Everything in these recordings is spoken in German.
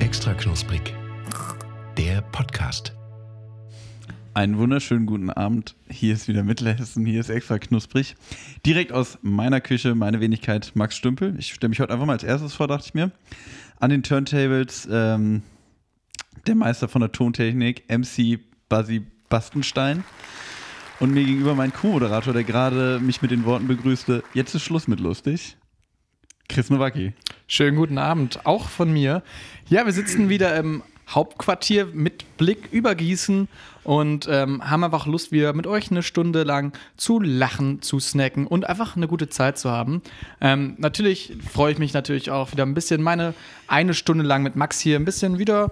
Extra knusprig. Der Podcast. Einen wunderschönen guten Abend. Hier ist wieder Mittelhessen, hier ist extra knusprig. Direkt aus meiner Küche, meine Wenigkeit Max Stümpel. Ich stelle mich heute einfach mal als erstes vor, dachte ich mir. An den Turntables ähm, der Meister von der Tontechnik, MC Basi Bastenstein. Und mir gegenüber mein Co-Moderator, der gerade mich mit den Worten begrüßte, jetzt ist Schluss mit lustig. Chris Nowacki. Schönen guten Abend, auch von mir. Ja, wir sitzen wieder im Hauptquartier mit Blick über Gießen und ähm, haben einfach Lust, wieder mit euch eine Stunde lang zu lachen, zu snacken und einfach eine gute Zeit zu haben. Ähm, natürlich freue ich mich natürlich auch wieder ein bisschen, meine eine Stunde lang mit Max hier ein bisschen wieder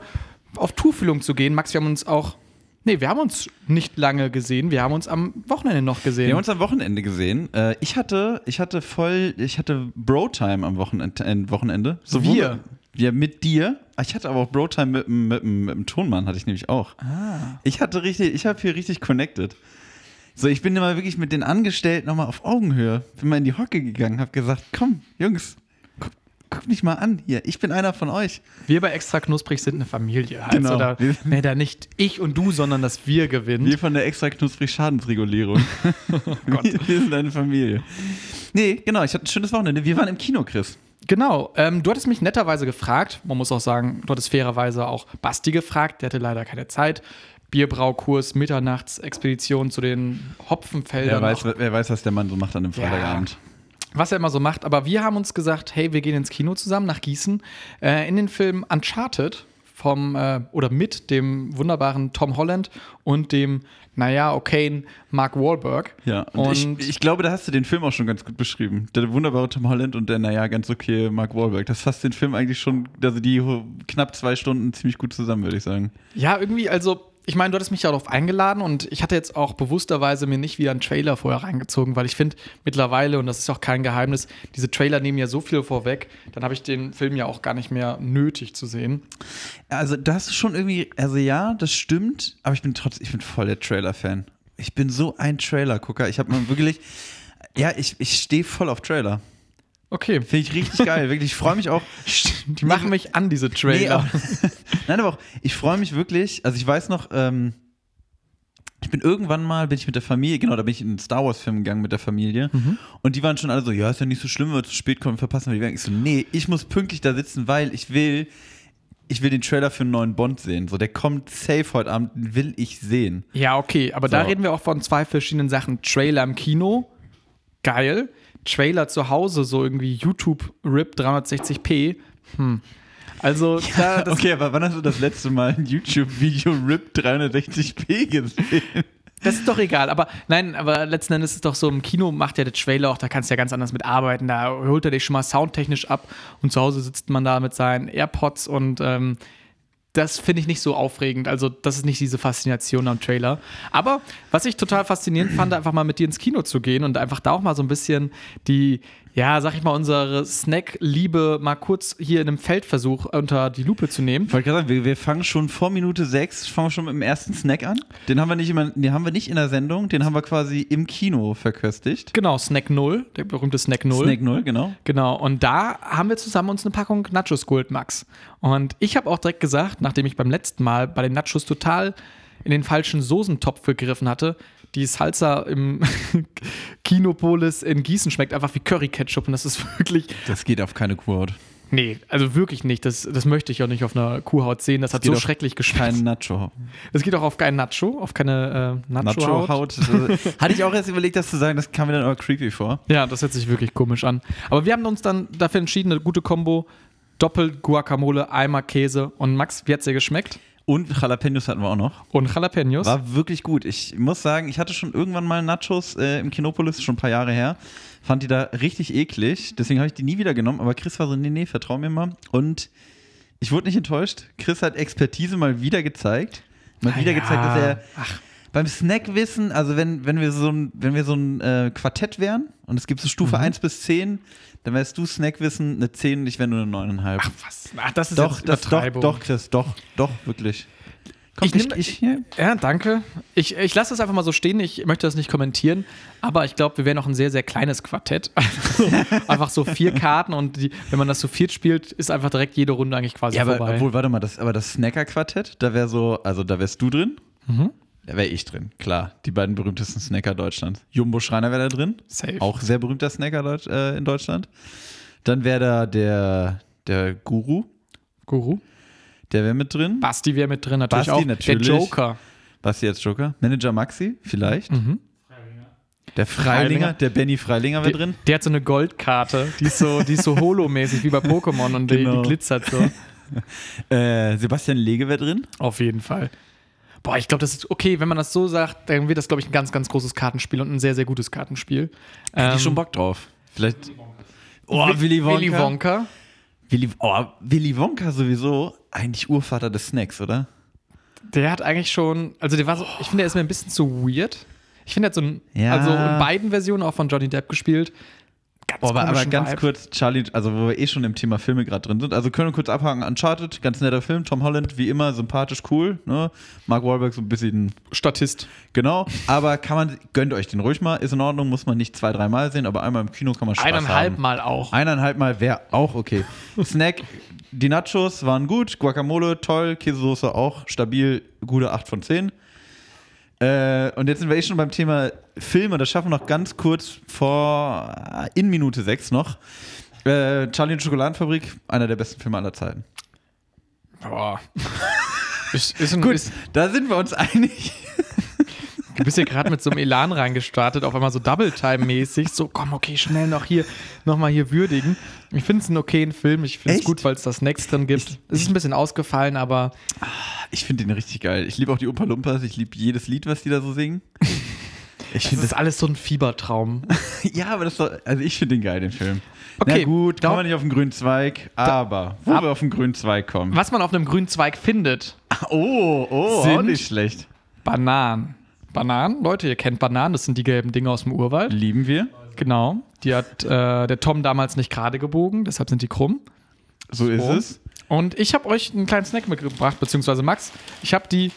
auf Tuchfühlung zu gehen. Max, wir haben uns auch, nee, wir haben uns nicht lange gesehen, wir haben uns am Wochenende noch gesehen. Wir haben uns am Wochenende gesehen. Äh, ich hatte, ich hatte voll, ich hatte Bro-Time am Wochenende. äh, Wochenende. Sowohl Wir? mit- Ja, mit dir. Ah, Ich hatte aber auch Bro-Time mit, dem- mit, dem- mit dem Tonmann, hatte ich nämlich auch. Ich hatte richtig, ich habe hier richtig connected. So, ich bin immer wirklich mit den Angestellten nochmal auf Augenhöhe. Bin mal in die Hocke gegangen, habe gesagt, komm, Jungs, guck, guck mich mal an hier. Ich bin einer von euch. Wir bei Extra Knusprig sind eine Familie. Also Genau. da, Wir- nee, da nicht ich und du, sondern dass wir gewinnen. Wir von der extra knusprig Schadensregulierung. wir, wir sind eine Familie. Nee, genau, ich hatte ein schönes Wochenende. Wir waren im Kino, Chris. genau. Ähm, du hattest mich netterweise gefragt. Man muss auch sagen, du hattest fairerweise auch Basti gefragt. Der hatte leider keine Zeit. Bierbraukurs, Mitternachtsexpedition zu den Hopfenfeldern. Wer weiß, auch, wer weiß, was der Mann so macht an einem Freitagabend. was er immer so macht. Aber wir haben uns gesagt, hey, wir gehen ins Kino zusammen nach Gießen äh, in den Film Uncharted vom äh, oder mit dem wunderbaren Tom Holland und dem, naja, okayen Mark Wahlberg. Ja, und, ich, ich glaube, da hast du den Film auch schon ganz gut beschrieben. Der wunderbare Tom Holland und der, naja, ganz okay Mark Wahlberg. Das fasst den Film eigentlich schon, also die ho- knapp zwei Stunden ziemlich gut zusammen, würde ich sagen. Ja, irgendwie, also, ich meine, du hattest mich ja darauf eingeladen und ich hatte jetzt auch bewussterweise mir nicht wieder einen Trailer vorher reingezogen, weil ich finde mittlerweile, und das ist auch kein Geheimnis, diese Trailer nehmen ja so viel vorweg, dann habe ich den Film ja auch gar nicht mehr nötig zu sehen. Also, da hast du schon irgendwie, also ja, das stimmt, aber ich bin trotzdem, ich bin voll der Trailer-Fan. Ich bin so ein Trailer-Gucker. Ich habe mal wirklich, ja, ich, ich stehe voll auf Trailer. Okay, Finde ich richtig geil, wirklich. Ich freue mich auch. die machen mich an, diese Trailer. Nee, aber, nein, aber auch, ich freue mich wirklich, also ich weiß noch, ähm, ich bin irgendwann mal, bin ich mit der Familie, genau, da bin ich in einen Star Wars-Film gegangen mit der Familie und die waren schon alle so, ja, ist ja nicht so schlimm, wenn wir zu spät kommen, verpassen wir die Werbung. Ich so, nee, ich muss pünktlich da sitzen, weil ich will, ich will den Trailer für einen neuen Bond sehen. So, der kommt safe heute Abend, den will ich sehen. Ja, okay, aber da So. reden wir auch von zwei verschiedenen Sachen. Trailer im Kino, geil. Trailer zu Hause, so irgendwie YouTube-RIP 360p. Hm. Also, da, das okay, aber wann hast du das letzte Mal ein YouTube-Video RIP 360p gesehen? Das ist doch egal, aber nein, aber letzten Endes ist es doch so, im Kino macht ja der Trailer auch, da kannst du ja ganz anders mit arbeiten, da holt er dich schon mal soundtechnisch ab und zu Hause sitzt man da mit seinen AirPods und ähm, das finde ich nicht so aufregend, also das ist nicht diese Faszination am Trailer. Aber was ich total faszinierend fand, einfach mal mit dir ins Kino zu gehen und einfach da auch mal so ein bisschen die, ja, sag ich mal, unsere Snack-Liebe mal kurz hier in einem Feldversuch unter die Lupe zu nehmen. Ich wollte gerade sagen, wir, wir fangen schon vor Minute 6, fangen wir schon mit dem ersten Snack an. Den haben wir nicht, immer, den haben wir nicht in der Sendung, den haben wir quasi im Kino verköstigt. Genau, Snack Null, der berühmte Snack Null. Snack 0, genau. Genau, und da haben wir zusammen uns eine Packung Nachos geholt, Max. Und ich habe auch direkt gesagt, nachdem ich beim letzten Mal bei den Nachos total in den falschen Soßentopf gegriffen hatte, die Salsa im Kinopolis in Gießen schmeckt einfach wie Curry-Ketchup und das ist wirklich, Das geht auf keine Kuhhaut. nee, also wirklich nicht, das, das möchte ich auch nicht auf einer Kuhhaut sehen, das hat geht so auf schrecklich geschmeckt. Kein Nacho. Es geht auch auf keinen Nacho, auf keine äh, Nacho-Haut. Nacho-Haut. äh, Hatte ich auch erst überlegt, das zu sagen, das kam mir dann aber creepy vor. Ja, das hört sich wirklich komisch an. Aber wir haben uns dann dafür entschieden, eine gute Kombo. Doppel-Guacamole, einmal Käse. Und Max, wie hat's dir geschmeckt? Und Jalapenos hatten wir auch noch. Und Jalapenos. War wirklich gut. Ich muss sagen, ich hatte schon irgendwann mal Nachos äh, im Kinopolis, schon ein paar Jahre her. Fand die da richtig eklig. Deswegen habe ich die nie wieder genommen. Aber Chris war so, nee, nee, vertrau mir mal. Und ich wurde nicht enttäuscht. Chris hat Expertise mal wieder gezeigt. Mal wieder Ah ja. gezeigt, dass er beim Snackwissen, also wenn, wenn wir so ein, wenn wir so ein äh, Quartett wären und es gibt so Stufe Mhm. 1 bis 10, dann wärst du Snackwissen eine 10 und ich wäre nur eine 9,5. Was? Ach, das ist Doch, jetzt das, doch, Übertreibung. doch, Chris, doch, doch, wirklich. Komm, Ich nehm- ja. Ja, danke. Ich, ich lasse das einfach mal so stehen. Ich möchte das nicht kommentieren. Aber ich glaube, wir wären noch ein sehr, sehr kleines Quartett. Also, einfach so vier Karten und die, wenn man das zu viert spielt, ist einfach direkt jede Runde eigentlich quasi Ja, aber Also vorbei. obwohl, warte mal, das, aber das Snacker-Quartett, da wär so, also da wärst du drin, Mhm. da wär ich drin, klar. Die beiden berühmtesten Snacker Deutschlands. Jumbo Schreiner wär da drin, Safe. auch sehr berühmter Snacker Deutsch, äh, in Deutschland. Dann wär da der, der Guru, Guru. der wär mit drin. Basti wäre mit drin, natürlich Basti auch. natürlich. Der Joker. Basti als Joker. Manager Maxi, vielleicht. Der Freilinger, Mhm. Freilinger. der Benny Freilinger wär Der, drin. der hat so eine Goldkarte. Die ist so, die ist so holomäßig wie bei Pokémon und die, Genau. die glitzert so. Äh, Sebastian Lege wär drin. Auf jeden Fall. Boah, ich glaube, das ist okay, wenn man das so sagt, dann wird das, glaube ich, ein ganz, ganz großes Kartenspiel und ein sehr, sehr gutes Kartenspiel. Hätte Ähm, ich schon Bock drauf. Vielleicht. Oh, Willy Wonka. Willy Wonka. Willy, oh, Willy Wonka sowieso eigentlich Urvater des Snacks, oder? Der hat eigentlich schon, also der war so, ich finde, er ist mir ein bisschen zu weird. Ich finde, er hat so ein, Ja. also in beiden Versionen auch von Johnny Depp gespielt. Ganz Boah, aber, aber komischen ganz Vibe. kurz, Charlie, also wo wir eh schon im Thema Filme gerade drin sind. Also können wir kurz abhaken, Uncharted, ganz netter Film, Tom Holland, wie immer, sympathisch, cool. Ne? Mark Wahlberg so ein bisschen, Statist. genau. Aber kann man, gönnt euch den ruhig mal, ist in Ordnung, muss man nicht zwei, dreimal sehen, aber einmal im Kino kann man Spaß Eineinhalb haben. Mal auch. Eineinhalb Mal wäre auch okay. Snack, die Nachos waren gut, Guacamole toll, Käsesoße auch stabil, gute 8 von 10. Äh, und jetzt sind wir eh schon beim Thema Film und das schaffen wir noch ganz kurz vor, äh, in Minute 6 noch. Äh, Charlie und die Schokoladenfabrik, einer der besten Filme aller Zeiten. Boah. Ist, ist ein, Ist, Da sind wir uns einig. du bist hier gerade mit so einem Elan reingestartet, auf einmal so Double-Time-mäßig. So, komm, okay, schnell noch hier, nochmal hier würdigen. Ich finde es einen okayen Film. Ich finde es Echt? gut, weil es das Next drin gibt. es ist ein bisschen ausgefallen, aber Ich finde den richtig geil. Ich liebe auch die Oompa Lumpas, ich liebe jedes Lied, was die da so singen. Ich es finde ist alles so ein Fiebertraum. Ja, aber das ist doch, also ich finde den geil, den Film. Okay, Na gut, glaub- kommen wir nicht auf den grünen Zweig, aber wo ab- wir auf den grünen Zweig kommen. Was man auf einem grünen Zweig findet, Oh, oh, Sind- auch nicht schlecht. Bananen. Bananen, Leute, ihr kennt Bananen, das sind die gelben Dinge aus dem Urwald. Lieben wir. Genau. Die hat äh, der Tom damals nicht gerade gebogen, deshalb sind die krumm. So ist Oh. es. Und ich habe euch einen kleinen Snack mitgebracht, beziehungsweise Max. Ich habe die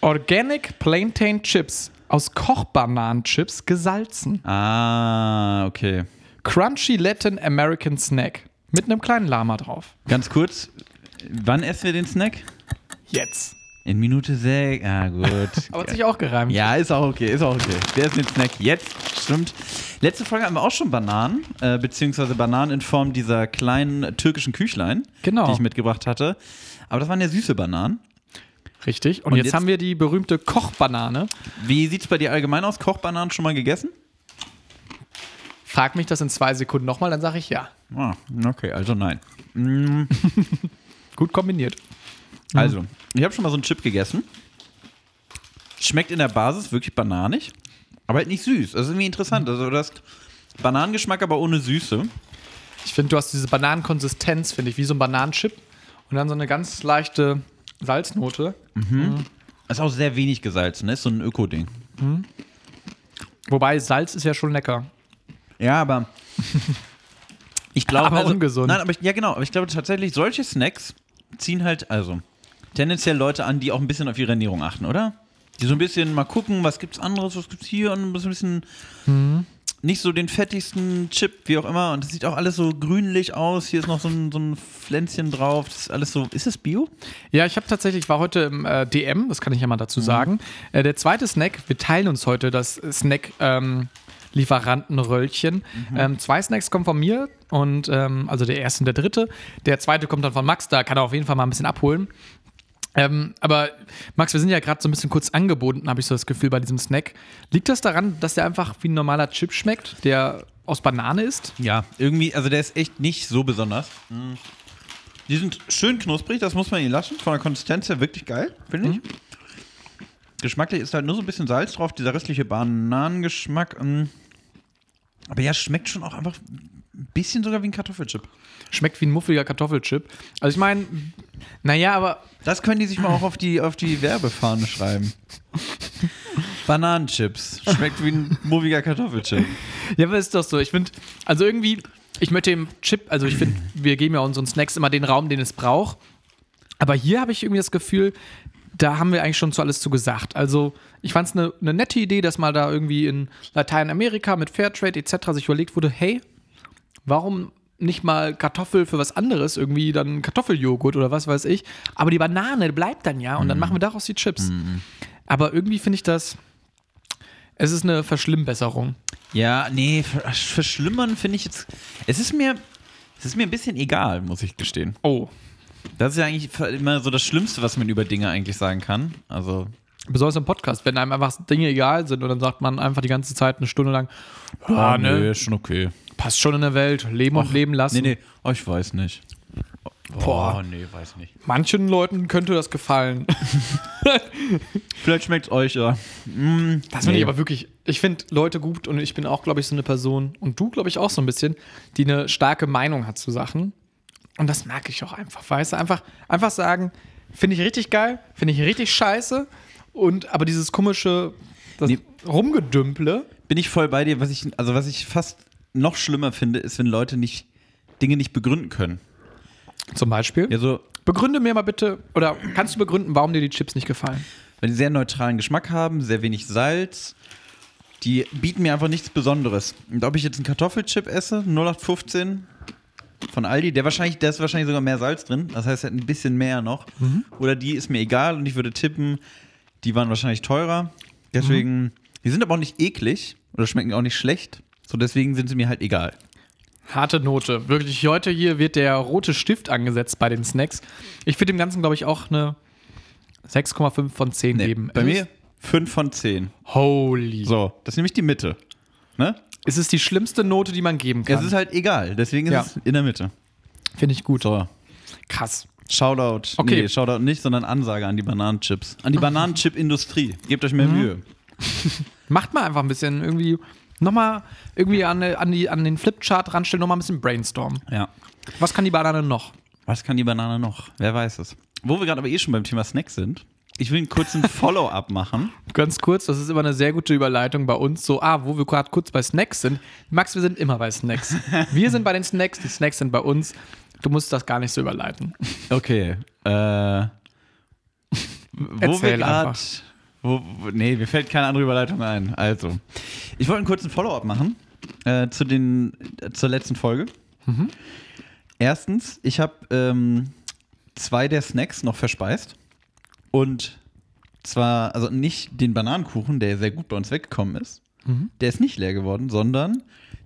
Organic Plantain Chips aus Kochbananenchips gesalzen. Ah, okay. Crunchy Latin American Snack. Mit einem kleinen Lama drauf. Ganz kurz, wann essen wir den Snack? Jetzt. In Minute sechs. Ah, gut. Aber hat sich auch gereimt. ja, ist auch okay, ist auch okay. Wir essen den Snack jetzt, stimmt. Letzte Folge haben wir auch schon Bananen, äh, beziehungsweise Bananen in Form dieser kleinen türkischen Küchlein, Genau. die ich mitgebracht hatte. Aber das waren ja süße Bananen. Richtig. Und, Und jetzt, jetzt- haben wir die berühmte Kochbanane. Wie sieht's bei dir allgemein aus? Kochbananen schon mal gegessen? Frag mich das in zwei Sekunden nochmal, dann sage ich ja. Ah, okay, also nein. Gut kombiniert. Also, ich habe schon mal so einen Chip gegessen. Schmeckt in der Basis wirklich bananig, aber halt nicht süß. Das ist irgendwie interessant. Also, du hast Bananengeschmack, aber ohne Süße. Ich finde, du hast diese Bananenkonsistenz, finde ich, wie so ein Bananenchip. Und dann so eine ganz leichte Salznote. Ist auch sehr wenig gesalzen, ne? Ist so ein Öko-Ding. Wobei Salz ist ja schon lecker. Ja, aber ich glaube. Aber ungesund. Nein, aber ich, ja, genau. Aber ich glaube tatsächlich, solche Snacks ziehen halt, also tendenziell Leute an, die auch ein bisschen auf ihre Ernährung achten, oder? Die so ein bisschen mal gucken, was gibt's anderes, was gibt's hier und so ein bisschen nicht so den fettigsten Chip, wie auch immer. Und das sieht auch alles so grünlich aus. Hier ist noch so ein, so ein Pflänzchen drauf. Das ist alles so. Ist das Bio? Ja, ich habe tatsächlich, war heute im äh, DM, das kann ich ja mal dazu sagen. Äh, der zweite Snack, wir teilen uns heute das Snack. Ähm, Lieferantenröllchen. Ähm, zwei Snacks kommen von mir und ähm, also der erste und der dritte. Der zweite kommt dann von Max, da kann er auf jeden Fall mal ein bisschen abholen. Ähm, aber Max, wir sind ja gerade so ein bisschen kurz angebunden, habe ich so das Gefühl, bei diesem Snack. Liegt das daran, dass der einfach wie ein normaler Chip schmeckt, der aus Banane ist? Ja, irgendwie, also der ist echt nicht so besonders. Mm. Die sind schön knusprig, das muss man ihnen lassen. Von der Konsistenz her wirklich geil, finde ich. Geschmacklich ist halt nur so ein bisschen Salz drauf, dieser restliche Bananengeschmack. mm. Aber ja, schmeckt schon auch einfach ein bisschen sogar wie ein Kartoffelchip. Schmeckt wie ein muffiger Kartoffelchip. Also ich meine, naja, aber Das können die sich mal auch auf die, auf die Werbefahne schreiben. Bananenchips. Schmeckt wie ein muffiger Kartoffelchip. Ja, aber ist doch so. Ich finde, also irgendwie, ich möchte dem Chip, also ich finde, wir geben ja unseren Snacks immer den Raum, den es braucht. Aber hier habe ich irgendwie das Gefühl, da haben wir eigentlich schon zu alles zu gesagt. Also, ich fand es eine eine nette Idee, dass mal da irgendwie in Lateinamerika mit Fairtrade etc. sich überlegt wurde, hey, warum nicht mal Kartoffel für was anderes, irgendwie dann Kartoffeljoghurt oder was weiß ich. Aber die Banane bleibt dann ja und dann machen wir daraus die Chips. Aber irgendwie finde ich das, es ist eine Verschlimmbesserung. Ja, nee, ver- verschlimmern finde ich jetzt. Es ist mir. Es ist mir ein bisschen egal, muss ich gestehen. Oh. Das ist ja eigentlich immer so das Schlimmste, was man über Dinge eigentlich sagen kann. Also, Besonders im Podcast, wenn einem einfach Dinge egal sind und dann sagt man einfach die ganze Zeit eine Stunde lang, ah, ne, ist schon okay. passt schon in der Welt, leben und leben lassen. Nee, nee, oh, ich weiß nicht. Boah. Oh, nee, weiß nicht. Manchen Leuten könnte das gefallen. Vielleicht schmeckt es euch ja. Das finde ich aber wirklich, ich finde Leute gut und ich bin auch, glaube ich, so eine Person und du, glaube ich, auch so ein bisschen, die eine starke Meinung hat zu Sachen. Und das mag ich auch einfach, weißt du? Einfach, einfach sagen, finde ich richtig geil, finde ich richtig scheiße. Und aber dieses komische das Nee. Rumgedümple. Bin ich voll bei dir. Was ich, also, was ich fast noch schlimmer finde, ist, wenn Leute nicht Dinge nicht begründen können. Zum Beispiel. Ja, so, Begründe mir mal bitte, oder kannst du begründen, warum dir die Chips nicht gefallen? weil die sehr neutralen Geschmack haben, sehr wenig Salz. Die bieten mir einfach nichts Besonderes. Und ob ich jetzt einen Kartoffelchip esse, 0815 von Aldi, der wahrscheinlich, der ist wahrscheinlich sogar mehr Salz drin, das heißt, er hat ein bisschen mehr noch. Mhm. Oder die ist mir egal und ich würde tippen, die waren wahrscheinlich teurer. Deswegen, Mhm. die sind aber auch nicht eklig oder schmecken auch nicht schlecht. So, deswegen sind sie mir halt egal. Harte Note. Wirklich, heute hier wird der rote Stift angesetzt bei den Snacks. Ich würde dem Ganzen, glaube ich, auch eine 6,5 von 10 Nee, geben. bei Es mir ist- 5 von 10. Holy. So, das ist nämlich die Mitte. Ne? Es ist die schlimmste Note, die man geben Es kann. ist halt egal, deswegen ist Ja. es in der Mitte. Finde ich gut. So. Krass. Shoutout. Okay. Nee, Shoutout nicht, sondern Ansage an die Bananenchips. Mhm. An die Bananenchip-Industrie. Gebt euch mehr Mühe. Macht mal einfach ein bisschen irgendwie nochmal irgendwie an, äh, an, die, an den Flipchart ranstellen, nochmal ein bisschen brainstormen. Ja. Was kann die Banane noch? Was kann die Banane noch? Wer weiß es. Wo wir gerade aber eh schon beim Thema Snacks sind, ich will einen kurzen Follow-up machen. Ganz kurz, das ist immer eine sehr gute Überleitung bei uns. So, ah, wo wir gerade kurz bei Snacks sind. Max, wir sind immer bei Snacks. Wir sind bei den Snacks, die Snacks sind bei uns. Du musst das gar nicht so überleiten. Okay. Äh, wo Erzähl wir gerade. einfach. Wo, wo- nee, mir fällt keine andere Überleitung ein. Also, ich wollte einen kurzen Follow-up machen äh, zu den, äh, zur letzten Folge. Mhm. Erstens, ich habe ähm, zwei der Snacks noch verspeist. Und zwar, also nicht den Bananenkuchen, der sehr gut bei uns weggekommen ist. Mhm. Der ist nicht leer geworden, sondern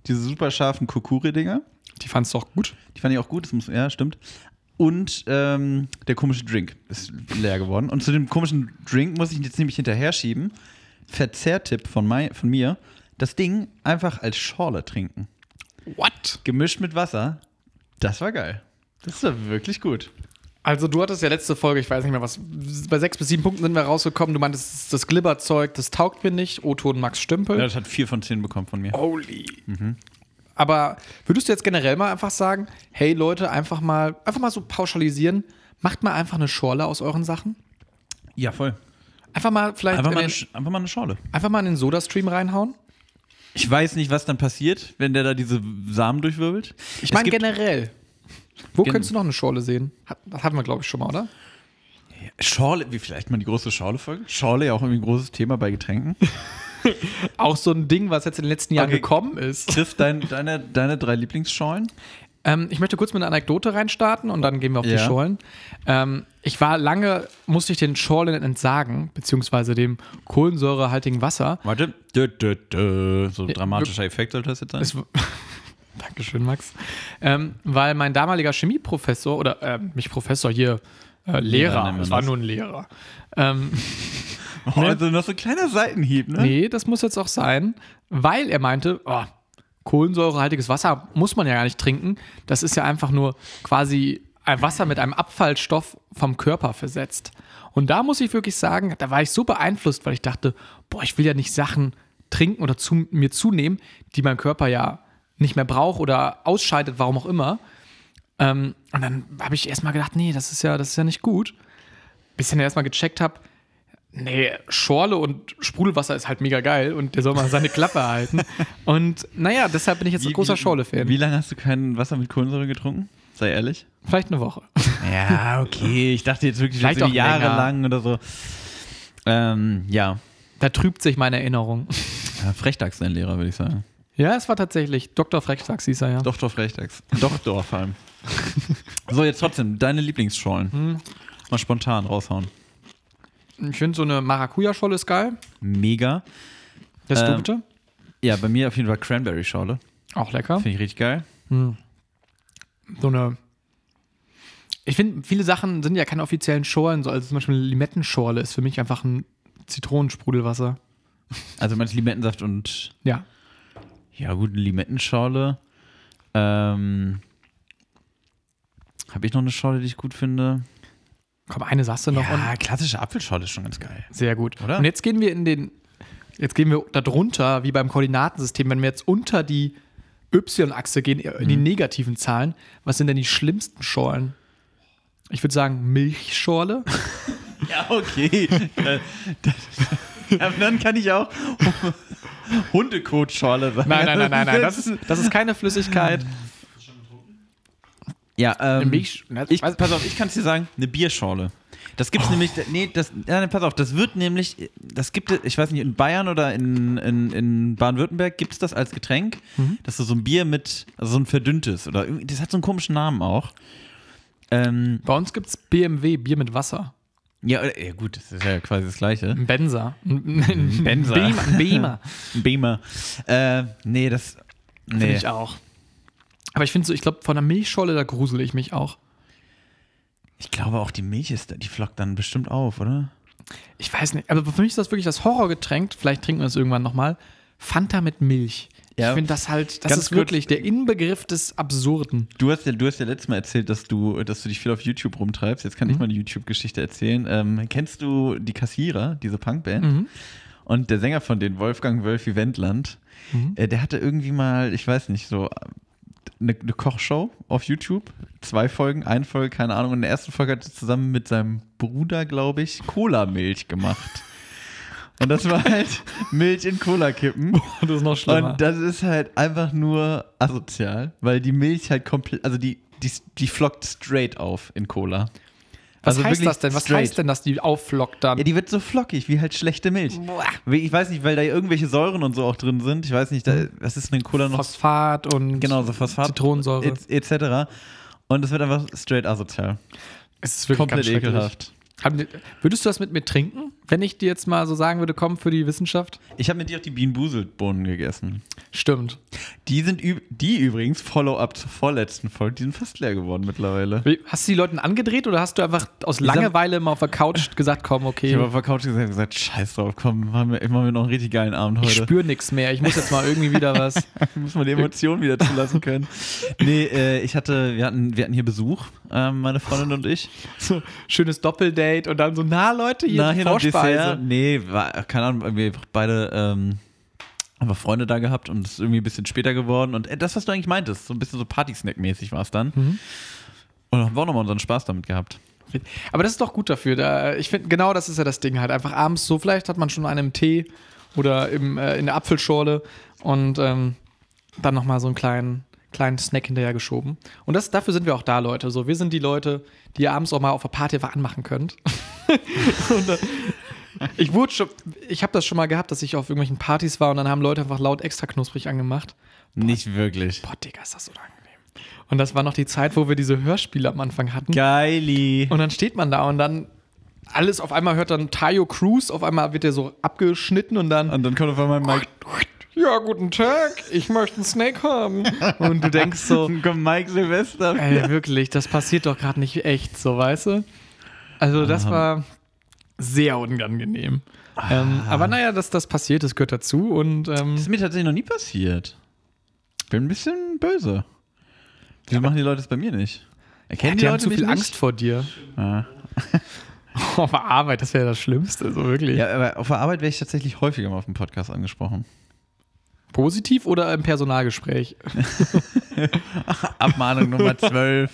diese super scharfen Kokuri-Dinger. Die fandst du auch gut. Die fand ich auch gut, das muss, ja, stimmt. Und ähm, der komische Drink ist leer geworden. Und zu dem komischen Drink muss ich jetzt nämlich hinterher schieben. Verzehrtipp von, mei- von mir: Das Ding einfach als Schorle trinken. What? Gemischt mit Wasser. Das war geil. Das war wirklich gut. Also du hattest ja letzte Folge, ich weiß nicht mehr was, bei sechs bis sieben Punkten sind wir rausgekommen. Du meintest, das ist das Glibberzeug, das taugt mir nicht. O-Ton Max Stümpel. das hat vier von zehn bekommen von mir. Holy. Aber würdest du jetzt generell mal einfach sagen, hey Leute, einfach mal, einfach mal so pauschalisieren, macht mal einfach eine Schorle aus euren Sachen? Ja, voll. Einfach mal vielleicht Einfach mal, in eine, den, Sch- einfach mal eine Schorle. einfach mal in den Soda-Stream reinhauen? Ich weiß nicht, was dann passiert, wenn der da diese Samen durchwirbelt. Ich meine generell. generell. Wo Gen- könntest du noch eine Schorle sehen? Hat, das hatten wir, glaube ich, schon mal, oder? Schorle, wie vielleicht mal die große Schorle-Folge? Schorle ja auch irgendwie ein großes Thema bei Getränken. Auch so ein Ding, was jetzt in den letzten Jahren Okay. gekommen ist. Trifft dein, deine, deine drei Lieblingsschorlen? Ähm, ich möchte kurz mit einer Anekdote reinstarten und dann gehen wir auf die Ja. Schorlen. Ähm, ich war lange, musste ich den Schorlen entsagen, beziehungsweise dem kohlensäurehaltigen Wasser. Warte. So dramatischer Effekt sollte das jetzt sein. Es w- Dankeschön, Max. Ähm, weil mein damaliger Chemieprofessor oder äh, mich Professor hier, äh, Lehrer, nennen wir es war das. nur ein Lehrer. Ähm, Oh, also noch so ein kleiner Seitenhieb, ne? ne? nee, das muss jetzt auch sein, weil er meinte, oh, kohlensäurehaltiges Wasser muss man ja gar nicht trinken. Das ist ja einfach nur quasi ein Wasser mit einem Abfallstoff vom Körper versetzt. Und da muss ich wirklich sagen, da war ich so beeinflusst, weil ich dachte, boah, ich will ja nicht Sachen trinken oder zu, mir zunehmen, die mein Körper ja nicht mehr braucht oder ausscheidet, warum auch immer. Ähm, und dann habe ich erstmal gedacht, nee, das ist ja, das ist ja nicht gut. Bis ich dann erstmal gecheckt habe, nee, Schorle und Sprudelwasser ist halt mega geil und der soll mal seine Klappe halten. Und naja, deshalb bin ich jetzt ein großer Schorle-Fan. Wie lange hast du kein Wasser mit Kohlensäure getrunken? Sei ehrlich. Vielleicht eine Woche. Ja, okay. Ich dachte jetzt wirklich Vielleicht jetzt irgendwie auch länger. jahrelang oder so. Ähm, ja. Da trübt sich meine Erinnerung. ja. Frechdachs dein Lehrer, würde ich sagen. Ja, es war tatsächlich Dr. Frechdachs hieß er ja. Doktor Frechdachs. Doktor vor allem. so, jetzt trotzdem, deine Lieblingsschollen. Hm. Mal spontan raushauen. Ich finde so eine Maracuja-Scholle ist geil. Mega. Das Ähm, du bitte? Ja, bei mir auf jeden Fall Cranberry-Schorle. Auch lecker. Finde ich richtig geil. So eine. Ich finde, viele Sachen sind ja keine offiziellen Schorlen. So, also zum Beispiel eine Limettenschorle ist für mich einfach ein Zitronensprudelwasser. Also meinst Limettensaft und Ja. ja gut, Limettenschorle. Ähm, Habe ich noch eine Schorle, die ich gut finde? Komm, eine sagst du noch. und- klassische Apfelschorle ist schon ganz geil. Sehr gut. Oder? Und jetzt gehen wir in den, jetzt gehen wir da drunter, wie beim Koordinatensystem, wenn wir jetzt unter die Y-Achse gehen, äh, in die negativen Zahlen, was sind denn die schlimmsten Schorlen? Ich würde sagen Milchschorle. Ja, okay. Äh, das- ja, aber dann kann ich auch Hundekotschorle sagen. Nein, nein, nein, nein, nein. Das ist, das ist keine Flüssigkeit. Ja, ähm, Milch- ne, ich, Oh. weiß- pass auf, ich kann es dir sagen, eine Bierschorle. Das gibt's nämlich, nee, das, ja, nee, pass auf, das wird nämlich, das gibt es, ich weiß nicht, in Bayern oder in, in, in Baden-Württemberg gibt es das als Getränk, dass du so ein Bier mit, also so ein verdünntes oder irgendwie, das hat so einen komischen Namen auch. Ähm, Bei uns gibt es BMW, Bier mit Wasser. ja, oder- ja, gut, das ist ja quasi das Gleiche. Ein Benzer. Ein, ein Benzer. Beamer. Ein Beamer. Ein Beamer. Äh, nee, das, Finde nee. ich auch. Aber ich finde so, ich glaube, von der Milchschorle, da grusel ich mich auch. Ich glaube auch die Milch ist, da- die flockt dann bestimmt auf, oder? Ich weiß nicht, aber für mich ist das wirklich das Horrorgetränk. Vielleicht trinken wir es irgendwann nochmal. Fanta mit Milch. Ja. Ich finde das halt, das Ganz ist kurz. wirklich der Inbegriff des Absurden. Du hast ja, du hast ja letztes Mal erzählt, dass du, dass du dich viel auf YouTube rumtreibst. Jetzt kann ich mal eine YouTube-Geschichte erzählen. Ähm, kennst du die Kassierer, diese Punkband? Und der Sänger von denen, Wolfgang Wölfi Wendland, äh, der hatte irgendwie mal, ich weiß nicht, so äh, eine, eine Kochshow auf YouTube. Zwei Folgen, eine Folge, keine Ahnung. Und in der ersten Folge hat er zusammen mit seinem Bruder, glaube ich, Cola-Milch gemacht. Und das war halt Milch in Cola kippen. Das ist noch Und das ist halt einfach nur asozial, weil die Milch halt komplett, also die, die, die flockt straight auf in Cola. Was also heißt wirklich das denn? Was straight. heißt denn, dass die aufflockt dann? Ja, die wird so flockig, wie halt schlechte Milch. Boah. Ich weiß nicht, weil da irgendwelche Säuren und so auch drin sind. Ich weiß nicht, Hm. da, was ist denn in Cola noch? Phosphat und Genau, so Phosphat. Zitronensäure. et- Etc. und es wird einfach straight asozial. es ist wirklich Komplett schrecklich. ekelhaft. Haben die- Würdest du das mit mir trinken, wenn ich dir jetzt mal so sagen würde, komm für die Wissenschaft? Ich habe mit dir auch die Bienenbuselbohnen gegessen. Stimmt. Die sind üb die übrigens Follow-up zur vorletzten Folge, die sind fast leer geworden mittlerweile. Wie- Hast du die Leuten angedreht oder hast du einfach aus sag- Langeweile mal auf der Couch gesagt, komm, Ich okay, habe auf der Couch gesagt, gesagt scheiß drauf, komm, machen wir, machen wir noch einen richtig geilen Abend ich heute. spüre nichts mehr, ich muss jetzt mal irgendwie wieder was. Muss man die Emotionen wieder zulassen können. nee, äh, ich hatte, wir hatten, wir hatten hier Besuch, ähm, meine Freundin und ich. so schönes Doppeldate und dann so, na Leute, hier, Na, die hier noch Dessert. Vorspeise. Nee, war, keine Ahnung, wir beide ähm, haben wir Freunde da gehabt und es ist irgendwie ein bisschen später geworden. Und äh, das, was du eigentlich meintest, so ein bisschen so Party-Snack-mäßig war es dann. Und haben wir auch nochmal unseren Spaß damit gehabt. Aber das ist doch gut dafür. Da, ich finde, genau das ist ja das Ding halt. Einfach abends so, vielleicht hat man schon einen im Tee oder im, äh, in der Apfelschorle und ähm, dann nochmal so einen kleinen, kleinen Snack hinterher geschoben. Und das, dafür sind wir auch da, Leute. So, wir sind die Leute, die ihr abends auch mal auf der Party einfach anmachen könnt. Und, äh, Ich wurde schon, ich habe das schon mal gehabt, dass ich auf irgendwelchen Partys war und dann haben Leute einfach laut extra knusprig angemacht. Nicht wirklich. Boah, Digga, ist das unangenehm. Und das war noch die Zeit, wo wir diese Hörspiele am Anfang hatten. Geili. Und dann steht man da und dann alles auf einmal hört dann Tayo Cruz, auf einmal wird der so abgeschnitten und dann. Und dann kommt auf einmal Mike, Ja, guten Tag, ich möchte einen Snack haben. Und du denkst so, dann kommt Mike Silvester. ey, wirklich, das passiert doch gerade nicht echt, so weißt du? Also, das war sehr unangenehm. Ähm, aber naja, dass das passiert, das gehört dazu und ähm, Das ist mir tatsächlich noch nie passiert. Ich bin ein bisschen böse. Wieso machen die Leute das bei mir nicht? Erkennen die haben zu mich viel nicht? Angst vor dir. auf der Arbeit, das wäre das Schlimmste, so wirklich. Ja, aber auf der Arbeit werde ich tatsächlich häufiger mal auf dem Podcast angesprochen. Positiv oder im Personalgespräch? Abmahnung Nummer 12.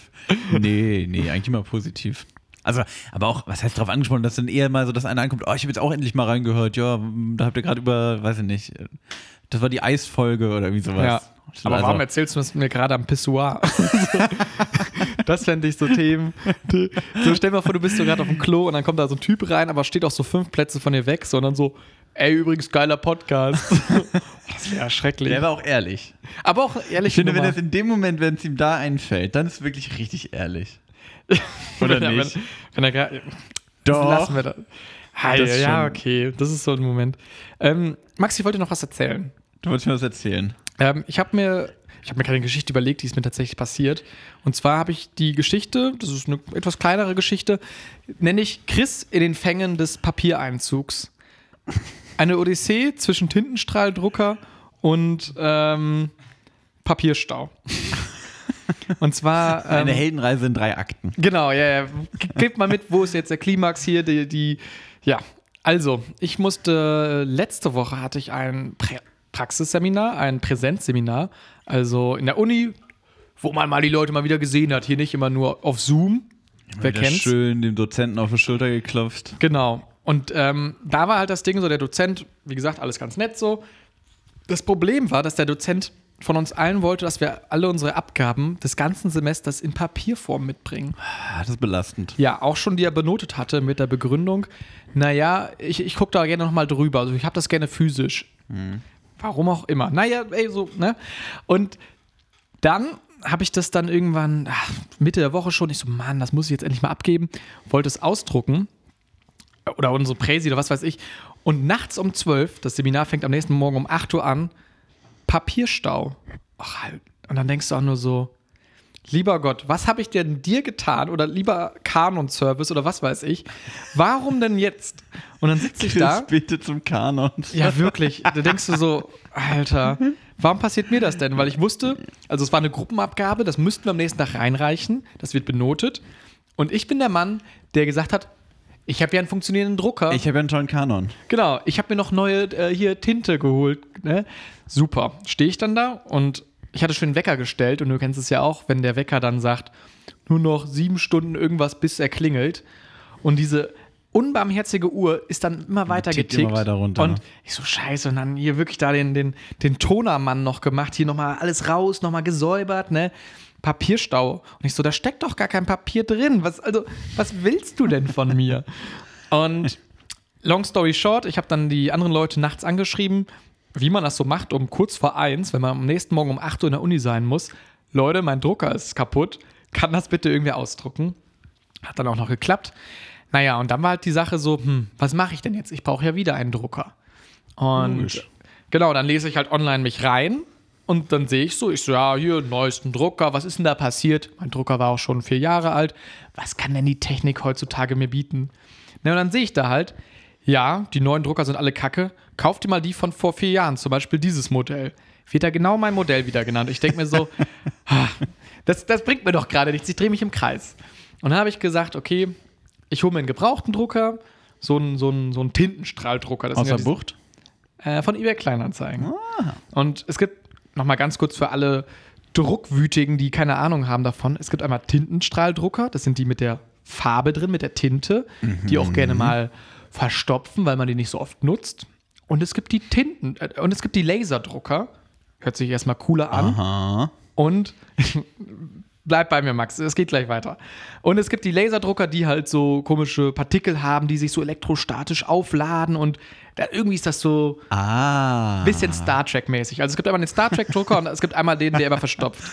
Nee, nee, eigentlich immer positiv. Also, aber auch, was heißt drauf angesprochen, dass dann eher mal so, dass einer ankommt, oh, ich habe jetzt auch endlich mal reingehört, ja, m, da habt ihr gerade über, weiß ich nicht, das war die Eisfolge oder irgendwie sowas. Ja. Aber warum also, erzählst du es mir gerade am Pissoir? Das fände ich so Themen. So, stell dir mal vor, du bist so gerade auf dem Klo und dann kommt da so ein Typ rein, aber steht auch so fünf Plätze von dir weg, sondern so, ey, übrigens geiler Podcast. Das wäre schrecklich. Der war auch ehrlich. Aber auch ehrlich, Ich finde, wenn Nummer. es in dem Moment, wenn es ihm da einfällt, dann ist es wirklich richtig ehrlich. Oder wenn, er- nicht? Wenn, wenn er gra- Doch. Lassen wir das. Hi, Das ist ja, schon- okay. Das ist so ein Moment. Ähm, Max, ich wollte noch was erzählen. Du wolltest mir was erzählen. Ähm, ich habe mir, ich hab mir keine Geschichte überlegt, die ist mir tatsächlich passiert. Und zwar habe ich die Geschichte, das ist eine etwas kleinere Geschichte, nenne ich Chris in den Fängen des Papiereinzugs. Eine Odyssee zwischen Tintenstrahldrucker und ähm, Papierstau. Und zwar. Ähm, Eine Heldenreise in drei Akten. Genau, ja, ja. Ge- Gebt mal mit, wo ist jetzt der Klimax hier, die, die ja. Also, ich musste, letzte Woche hatte ich ein Prä Praxisseminar, ein Präsenzseminar, also in der Uni, wo man mal die Leute mal wieder gesehen hat, hier nicht immer nur auf Zoom. Wer Wieder kennt's? Schön dem Dozenten auf die Schulter geklopft. Genau. Und ähm, da war halt das Ding so, der Dozent, wie gesagt, alles ganz nett so. Das Problem war, dass der Dozent von uns allen wollte, dass wir alle unsere Abgaben des ganzen Semesters in Papierform mitbringen. Ah, das ist belastend. Ja, auch schon, die er benotet hatte mit der Begründung, naja, ich, ich gucke da gerne nochmal drüber. Also ich habe das gerne physisch. Warum auch immer. Naja, ey, so, ne? Und dann habe ich das dann irgendwann, ach, Mitte der Woche schon, ich so, Mann, das muss ich jetzt endlich mal abgeben. Wollte es ausdrucken. Oder unsere Präsi oder was weiß ich. Und nachts um 12, das Seminar fängt am nächsten Morgen um 8 Uhr an, Papierstau. Ach, halt. Und dann denkst du auch nur so, Lieber Gott, was habe ich denn dir getan? Oder lieber Kanon-Service oder was weiß ich? Warum denn jetzt? Und dann sitze ich Chris da. betet zum Kanon. Ja, wirklich. Da denkst du so, Alter, warum passiert mir das denn? Weil ich wusste, also es war eine Gruppenabgabe, das müssten wir am nächsten Tag reinreichen, das wird benotet. Und ich bin der Mann, der gesagt hat, ich habe ja einen funktionierenden Drucker. Ich habe ja einen tollen Kanon. Genau, ich habe mir noch neue äh, hier Tinte geholt. Ne? Super. Stehe ich dann da und ich hatte schon den Wecker gestellt und du kennst es ja auch, wenn der Wecker dann sagt, nur noch sieben Stunden irgendwas, bis er klingelt. Und diese unbarmherzige Uhr ist dann immer weiter tickt getickt. immer weiter runter, ne? Und ich so, scheiße. Und dann hier wirklich da den, den, den Tonermann noch gemacht, hier nochmal alles raus, nochmal gesäubert, ne? Papierstau. Und ich so, da steckt doch gar kein Papier drin. Was, also, was willst du denn von mir? Und long story short, ich habe dann die anderen Leute nachts angeschrieben, wie man das so macht, um kurz vor eins, wenn man am nächsten Morgen um 8 Uhr in der Uni sein muss. Leute, mein Drucker ist kaputt. Kann das bitte irgendwer ausdrucken? Hat dann auch noch geklappt. Naja, und dann war halt die Sache so, hm, was mache ich denn jetzt? Ich brauche ja wieder einen Drucker. Und Logisch. genau, dann lese ich halt online mich rein und dann sehe ich so, ich so, ja, hier, neuesten Drucker, was ist denn da passiert? Mein Drucker war auch schon vier Jahre alt. Was kann denn die Technik heutzutage mir bieten? Na, und dann sehe ich da halt, ja, die neuen Drucker sind alle kacke. Kauft dir mal die von vor vier Jahren, zum Beispiel dieses Modell. Wird da genau mein Modell wieder genannt. Ich denke mir so, ah, das, das bringt mir doch gerade nichts. Ich drehe mich im Kreis. Und dann habe ich gesagt, okay, ich hole mir einen gebrauchten Drucker, so einen, so einen, so einen Tintenstrahldrucker. Das Aus sind ja der diese- Bucht. äh, von eBay Kleinanzeigen. Und es gibt nochmal ganz kurz für alle Druckwütigen, die keine Ahnung haben davon: Es gibt einmal Tintenstrahldrucker, das sind die mit der Farbe drin, mit der Tinte, die auch gerne mal verstopfen, weil man die nicht so oft nutzt. Und es gibt die Tinten äh, und es gibt die Laserdrucker. Hört sich erstmal cooler an. Aha. Und bleib bei mir, Max, es geht gleich weiter. Und es gibt die Laserdrucker, die halt so komische Partikel haben, die sich so elektrostatisch aufladen und da, irgendwie ist das so Ah. bisschen Star Trek-mäßig. Also es gibt einmal den Star Trek-Drucker und es gibt einmal den, der immer verstopft.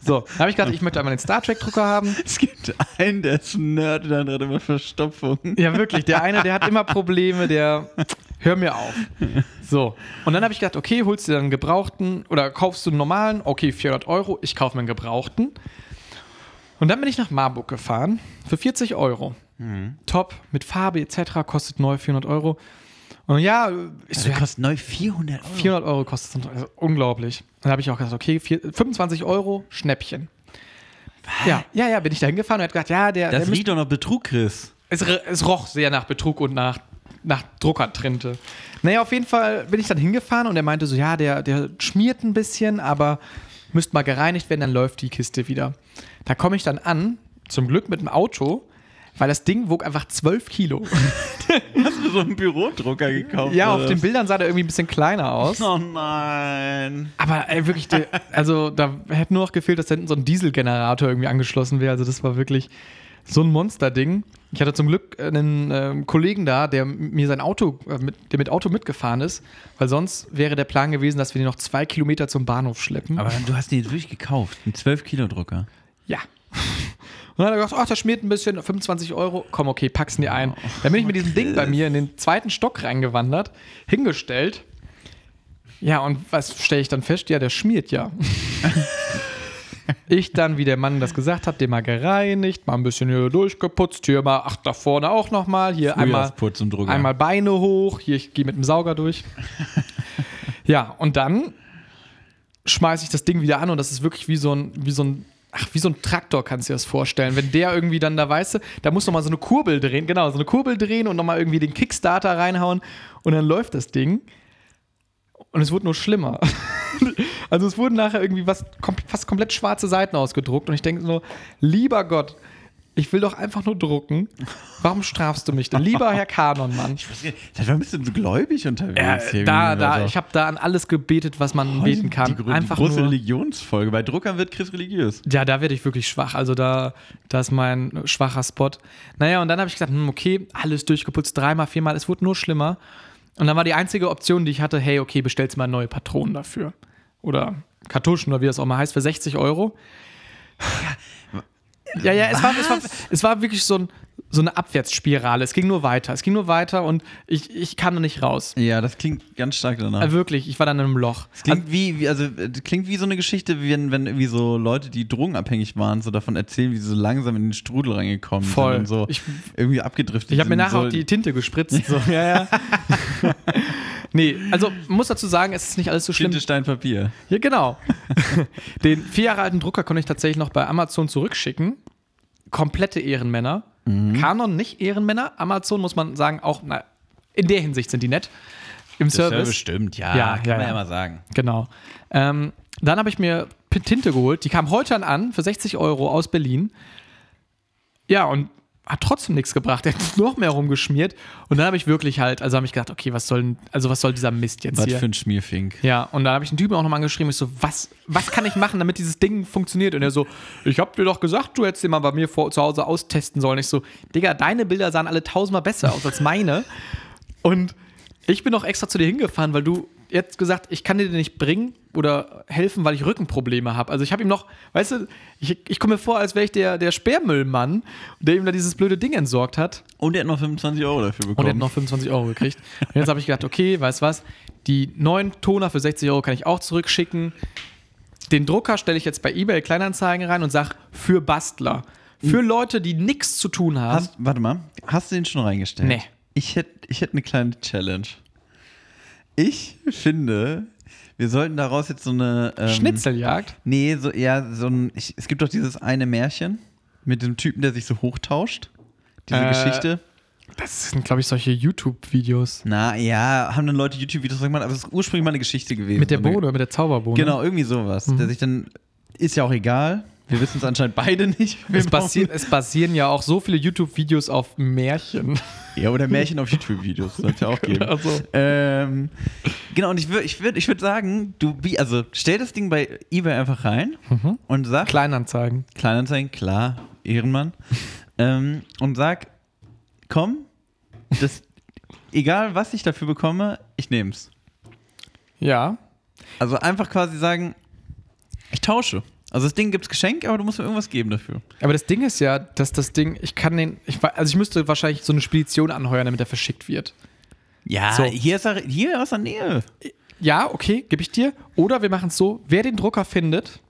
So, da habe ich gedacht, ich möchte einmal den Star Trek-Drucker haben. Es gibt einen, der ist ein Nerd und der andere hat immer Verstopfung. Ja, wirklich. Der eine, der hat immer Probleme, der. Hör mir auf. So. Und dann habe ich gedacht, okay, holst du dir dann einen gebrauchten oder kaufst du einen normalen? Okay, 400 Euro. Ich kaufe mir einen gebrauchten. Und dann bin ich nach Marburg gefahren für 40 Euro. Top, mit Farbe etc. kostet neu 400 Euro. Und ja, ich so, ja, Also kostet neu 400 Euro. 400 Euro kostet es. Also unglaublich. Dann habe ich auch gesagt, okay, vier, 25 Euro, Schnäppchen. Ja, ja, ja, bin ich da hingefahren und hat gesagt, ja, der, der Das müsste- riecht doch noch Betrug, Chris. es, r- es roch sehr nach Betrug und nach, nach Druckertrinte. Naja, auf jeden Fall bin ich dann hingefahren und er meinte so, ja, der, der schmiert ein bisschen, aber müsste mal gereinigt werden, dann läuft die Kiste wieder. Da komme ich dann an, zum Glück mit dem Auto, weil das Ding wog einfach 12 Kilo. Hast du so einen Bürodrucker gekauft? Ja, oder auf den was? Bildern sah der irgendwie ein bisschen kleiner aus. Oh nein. Aber ey, wirklich, der- also da hätte nur noch gefehlt, dass da hinten so ein Dieselgenerator irgendwie angeschlossen wäre. Also das war wirklich so ein Monsterding. Ich hatte zum Glück einen ähm, Kollegen da, der m- mir sein Auto, äh, mit, der mit Auto mitgefahren ist, weil sonst wäre der Plan gewesen, dass wir den noch zwei Kilometer zum Bahnhof schleppen. Aber du hast den jetzt wirklich gekauft. Einen 12-Kilo-Drucker. ja. Und dann hat er gesagt, ach, der schmiert ein bisschen, 25 Euro, komm, okay, pack's dir ein. Dann bin ich mit diesem Ding bei mir in den zweiten Stock reingewandert, hingestellt. Ja, und was stelle ich dann fest? Ja, der schmiert ja. ich dann, wie der Mann das gesagt hat, den mal gereinigt, mal ein bisschen hier durchgeputzt, hier mal, ach, da vorne auch nochmal, hier einmal, Frühjahrsputz im Drucker. einmal Beine hoch, hier, ich gehe mit dem Sauger durch. ja, und dann schmeiße ich das Ding wieder an und das ist wirklich wie so ein, wie so ein Ach, wie so ein Traktor kannst du dir das vorstellen. Wenn der irgendwie dann da, weißt du, da muss nochmal so eine Kurbel drehen, genau, so eine Kurbel drehen und nochmal irgendwie den Kickstarter reinhauen und dann läuft das Ding. Und es wurde nur schlimmer. also es wurden nachher irgendwie was, kom fast komplett schwarze Seiten ausgedruckt und ich denke so, lieber Gott, ich will doch einfach nur drucken. Warum strafst du mich denn? Lieber Herr Kanon, Mann. Seit wann bist du so gläubig Ja, unterwegs? da, da, ich habe da an alles gebetet, was man beten kann. also. Die, gro- Einfach die große nur. Religionsfolge. Bei Druckern wird Chris religiös. Ja, da werde ich wirklich schwach. Also da, da ist mein schwacher Spot. Naja, und dann habe ich gesagt, hm, okay, alles durchgeputzt, dreimal, viermal, es wurde nur schlimmer. Und dann war die einzige Option, die ich hatte, hey, okay, bestellst mal neue Patronen dafür. Oder Kartuschen oder wie das auch mal heißt, für 60 Euro. Ja, ja, es war, es war, es war wirklich so, ein, so eine Abwärtsspirale. Es ging nur weiter. Es ging nur weiter und ich, ich kam da nicht raus. Ja, das klingt ganz stark danach. Äh, wirklich, ich war dann in einem Loch. Es klingt wie, wie also äh, das klingt wie so eine Geschichte, wie wenn, wenn irgendwie so Leute, die drogenabhängig waren, so davon erzählen, wie sie so langsam in den Strudel reingekommen Voll. sind und so Ich- irgendwie abgedriftet Also, Ich habe mir sind, nachher so, auch die Tinte gespritzt. So. Ja, ja. nee, also muss dazu sagen, es ist nicht alles so schlimm. Tinte, Stein, Papier. Ja, genau. Den vier Jahre alten Drucker konnte ich tatsächlich noch bei Amazon zurückschicken. Komplette Ehrenmänner. Mhm. Canon nicht Ehrenmänner. Amazon muss man sagen, auch na, in der Hinsicht sind die nett. Im Service. stimmt, ja, Ja, kann ja, man ja ja. mal sagen. Genau. Ähm, dann habe ich mir P- Tinte geholt. Die kam heute an für 60 Euro aus Berlin. Ja, und hat trotzdem nichts gebracht. Er hat noch mehr rumgeschmiert. Und dann habe ich wirklich halt, also habe ich gedacht, okay, was soll, denn- also was soll dieser Mist jetzt Was hier? für ein Schmierfink. Ja, und dann habe ich den Typen auch nochmal angeschrieben. Ich so, was, was kann ich machen, damit dieses Ding funktioniert? Und er so, ich habe dir doch gesagt, du hättest den mal bei mir vor, zu Hause austesten sollen. Ich so, Digga, deine Bilder sahen alle tausendmal besser aus als meine. Und ich bin auch extra zu dir hingefahren, weil du jetzt gesagt, ich kann dir den nicht bringen oder helfen, weil ich Rückenprobleme habe. Also ich habe ihm noch, weißt du, ich, ich komme mir vor, als wäre ich der, der Sperrmüllmann, der ihm da dieses blöde Ding entsorgt hat. Und er hat noch 25 Euro dafür bekommen. Und hätte noch 25 Euro gekriegt. Und jetzt habe ich gedacht, okay, weißt was, die neuen Toner für 60 Euro kann ich auch zurückschicken. Den Drucker stelle ich jetzt bei eBay Kleinanzeigen rein und sage für Bastler. Für Leute, die nichts zu tun haben. Hast, warte mal, hast du den schon reingestellt? Nee. Ich hätte ich hätt eine kleine Challenge. Ich finde, wir sollten daraus jetzt so eine. ähm, Schnitzeljagd. Nee, so eher so ein. Ich, es gibt doch dieses eine Märchen mit dem Typen, der sich so hochtauscht. Diese Äh. Geschichte. Das sind, glaube ich, solche YouTube-Videos. Na ja, haben dann Leute YouTube-Videos gemacht, aber es ist ursprünglich mal eine Geschichte gewesen. Mit der So eine- Bohne, oder Mhm. mit der Zauberbohne. Genau, irgendwie sowas. Der sich dann. Ist ja auch egal. Wir wissen es anscheinend beide nicht. Wir Es, basieren, es basieren ja auch so viele YouTube-Videos auf Märchen. Ja, oder Märchen auf YouTube-Videos. Sollte ja auch geben. Genau so. ähm, genau, und ich würde ich würd, ich würd sagen, du, wie, also stell das Ding bei eBay einfach rein und sag, Kleinanzeigen. Kleinanzeigen, klar, Ehrenmann, ähm, und sag, komm, das, egal was ich dafür bekomme, ich nehm's. Ja. Also einfach quasi sagen, ich tausche. Also das Ding gibt's Geschenk, aber du musst mir irgendwas geben dafür. Aber das Ding ist ja, dass das Ding, ich kann den, ich, wei- also ich müsste wahrscheinlich so eine Spedition anheuern, damit er verschickt wird. Ja, So. hier ist er, hier aus der Nähe. Ja, okay, gebe ich dir. Oder wir machen es so, wer den Drucker findet,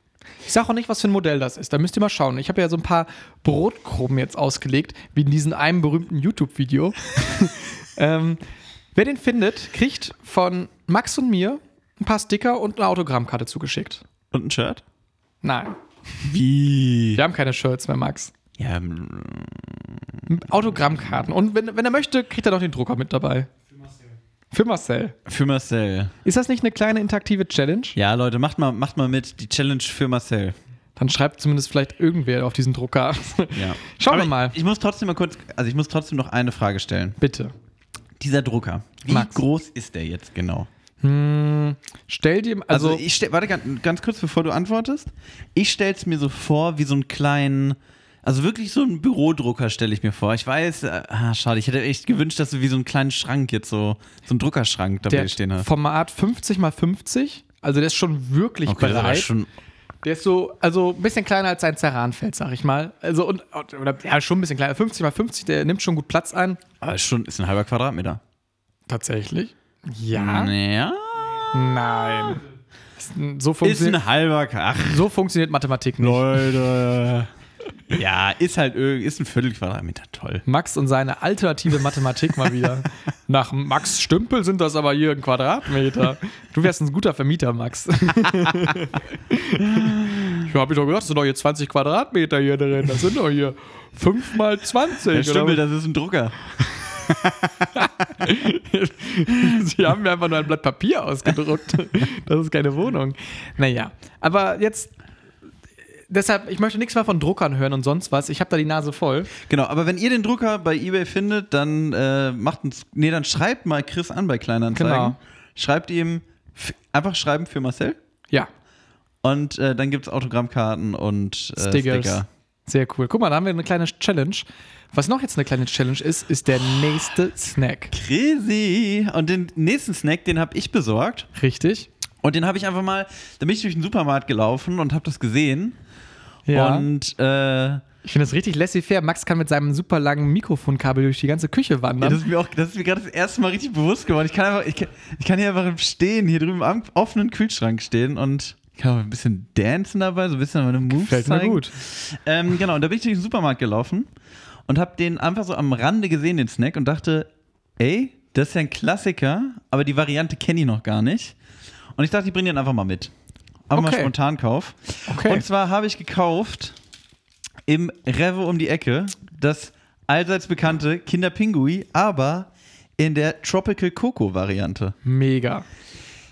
ich sage auch nicht, was für ein Modell das ist. Da müsst ihr mal schauen. Ich habe ja so ein paar Brotkrumen jetzt ausgelegt, wie in diesem einen berühmten YouTube-Video. ähm, wer den findet, kriegt von Max und mir ein paar Sticker und eine Autogrammkarte zugeschickt. Und ein Shirt? Nein, Wie? wir haben keine Shirts mehr, Max. Ja, ähm, Autogrammkarten. Und wenn, wenn er möchte, kriegt er noch den Drucker mit dabei. Für Marcel. für Marcel. Ist das nicht eine kleine interaktive Challenge? Ja, Leute, macht mal, macht mal mit, die Challenge für Marcel. Dann schreibt zumindest vielleicht irgendwer auf diesen Drucker. Ja. Schauen Aber wir mal. Ich, ich muss trotzdem mal kurz, also ich muss trotzdem noch eine Frage stellen. Bitte. Dieser Drucker, wie Max. groß ist der jetzt genau? Stell dir, Also, also, ich stell, warte ganz, ganz kurz, bevor du antwortest. Ich stelle es mir so vor, wie so einen kleinen, also wirklich so einen Bürodrucker stelle ich mir vor. Ich weiß, äh, ah, schade, ich hätte echt gewünscht, dass du wie so einen kleinen Schrank jetzt so, so einen Druckerschrank dabei der stehen hast. Format 50 mal 50, also der ist schon wirklich das ist aber breit. schon Der ist so, also ein bisschen kleiner als sein Zeranfeld, sag ich mal. Also und, und- oder ja, schon ein bisschen kleiner. 50 mal 50, der nimmt schon gut Platz ein. Aber ah, ist schon ist ein halber Quadratmeter. Tatsächlich? Ja. Ja. Nein. Ist ein- So, Ah. Ist funktio ein halber Qu- Ach, so funktioniert Mathematik nicht. Leute. ja, ist halt irgendwie, ist ein Viertel Quadratmeter toll. Max und seine alternative Mathematik mal wieder. Nach Max Stümpel sind das aber hier ein Quadratmeter. Du wärst ein guter Vermieter, Max. ich habe doch gedacht, das sind doch hier 20 Quadratmeter hier drin. Das sind doch hier 5 mal 20. Der Stümpel, oder? das ist ein Drucker. Sie haben mir einfach nur ein Blatt Papier ausgedruckt. Das ist keine Wohnung. Naja, aber jetzt. Deshalb, ich möchte nichts mehr von Druckern hören und sonst was. Ich habe da die Nase voll. Genau, aber wenn ihr den Drucker bei eBay findet, dann äh, macht uns, nee, dann schreibt mal Chris an bei Kleinanzeigen. Genau. Schreibt ihm f- einfach schreiben für Marcel Ja, und äh, dann gibt es Autogrammkarten und äh, Stickers. Sticker. Sehr cool. Guck mal, da haben wir eine kleine Challenge. Was noch jetzt eine kleine Challenge ist, ist der nächste Snack. Crazy. Und den nächsten Snack, den habe ich besorgt. Richtig? Und den habe ich einfach mal, da bin ich durch den Supermarkt gelaufen und habe das gesehen. Und Und äh, ja, ich finde das richtig laissez-faire. Max kann mit seinem super langen Mikrofonkabel durch die ganze Küche wandern. das ist mir auch, das ist mir gerade das erste Mal richtig bewusst geworden. Ich kann einfach, ich kann, ich kann hier einfach stehen, hier drüben am offenen Kühlschrank stehen und ich kann auch ein bisschen dancen dabei, so ein bisschen meine Moves Gefällt zeigen. Ähm, genau, und da bin ich durch den Supermarkt gelaufen und habe den einfach so am Rande gesehen, den Snack, und dachte, ey, das ist ja ein Klassiker, aber die Variante kenne ich noch gar nicht. Und ich dachte, ich bringe den einfach mal mit. Aber mal Okay. spontan kauf. Okay. Und zwar habe ich gekauft im Rewe um die Ecke das allseits bekannte Kinderpingui, aber in der Tropical Coco Variante. Mega.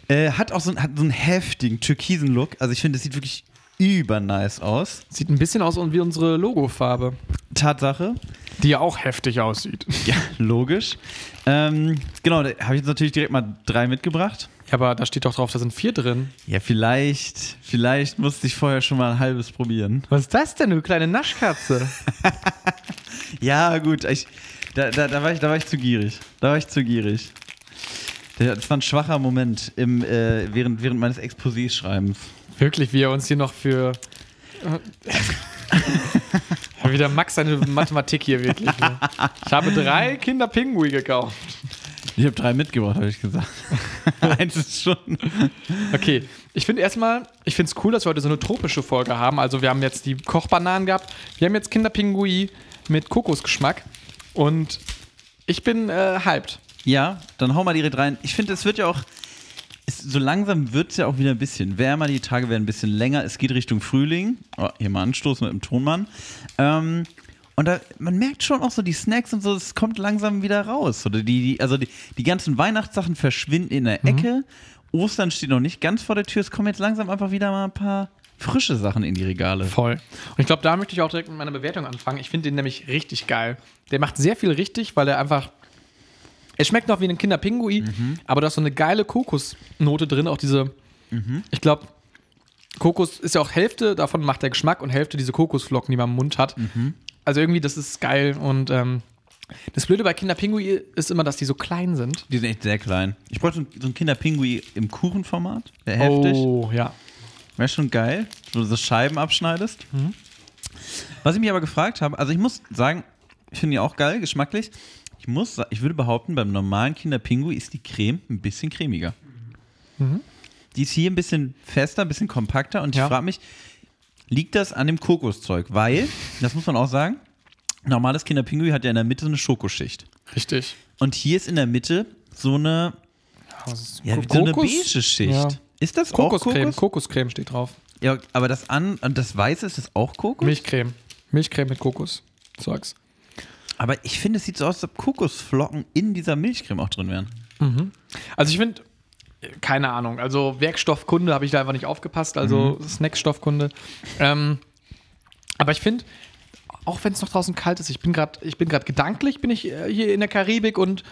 Äh, hat auch so, einen- hat so einen heftigen türkisen Look. Also ich finde, das sieht wirklich übernice aus. Sieht ein bisschen aus wie unsere Logofarbe, Tatsache, die ja auch heftig aussieht. Ja, logisch. Ähm, genau, da habe ich jetzt natürlich direkt mal drei mitgebracht. Ja, aber da steht doch drauf, da sind vier drin. Ja, vielleicht, vielleicht musste ich vorher schon mal ein halbes probieren. Was ist das denn, du kleine Naschkatze? Ja, gut, ich, da, da, da, war ich, da war ich zu gierig. Da war ich zu gierig. Das war ein schwacher Moment im, äh, während, während meines Exposé-Schreibens. Wirklich, wie er uns hier noch für. Ja, Wieder Max seine Mathematik hier wirklich. Ne? Ich habe drei Kinder Pinguin gekauft. Ich habe drei mitgebracht, habe ich gesagt. Eins ist schon. Okay, ich finde erstmal, ich finde es cool, dass wir heute so eine tropische Folge haben. Also wir haben jetzt die Kochbananen gehabt, wir haben jetzt Kinderpingui mit Kokosgeschmack und ich bin äh, hyped. Ja, dann hau mal direkt rein. Ich finde, es wird ja auch. Es, so langsam wird es ja auch wieder ein bisschen wärmer. Die Tage werden ein bisschen länger. Es geht Richtung Frühling. Oh, hier mal anstoßen mit dem Tonmann. Ähm, und da, man merkt schon auch so die Snacks und so, es kommt langsam wieder raus. Oder die, die, also die, die ganzen Weihnachtssachen verschwinden in Mhm. der Ecke. Ostern steht noch nicht ganz vor der Tür. Es kommen jetzt langsam einfach wieder mal ein paar frische Sachen in die Regale. Voll. Und ich glaube, da möchte ich auch direkt mit meiner Bewertung anfangen. Ich finde den nämlich richtig geil. Der macht sehr viel richtig, weil er einfach. Es schmeckt noch wie ein Kinderpingui, aber da ist so eine geile Kokosnote drin, auch diese. Ich glaube, Kokos ist ja auch Hälfte davon macht der Geschmack und Hälfte diese Kokosflocken, die man im Mund hat. Also irgendwie, das ist geil und. Ähm, das Blöde bei Kinderpingui ist immer, dass die so klein sind. Die sind echt sehr klein. Ich bräuchte so ein- so ein Kinderpingui im Kuchenformat. Wäre heftig. Oh, ja. Wäre schon geil, wenn du so Scheiben abschneidest. Mhm. Was ich mich aber gefragt habe, also ich muss sagen, ich finde die auch geil, geschmacklich. Ich muss, sa- ich würde behaupten, beim normalen Kinderpingu ist die Creme ein bisschen cremiger. Die ist hier ein bisschen fester, ein bisschen kompakter und Mhm. Ja. ich frage mich, liegt das an dem Kokoszeug? Weil, das muss man auch sagen, normales Kinderpingu hat ja in der Mitte so eine Schokoschicht. Richtig. Und hier ist in der Mitte so eine, ja, so eine beige Schicht. Ja. Ist das auch Kokoscreme. Kokos? Kokoscreme steht drauf. Ja, aber das an und das Weiße ist das auch Kokos? Milchcreme. Milchcreme mit Kokos. Sag's. Aber ich finde, es sieht so aus, als ob Kokosflocken in dieser Milchcreme auch drin wären. Also ich finde, keine Ahnung, also Werkstoffkunde habe ich da einfach nicht aufgepasst, also Snackstoffkunde. Ähm, aber ich finde, auch wenn es noch draußen kalt ist, ich bin gerade, ich bin gerade gedanklich, bin ich äh, hier in der Karibik und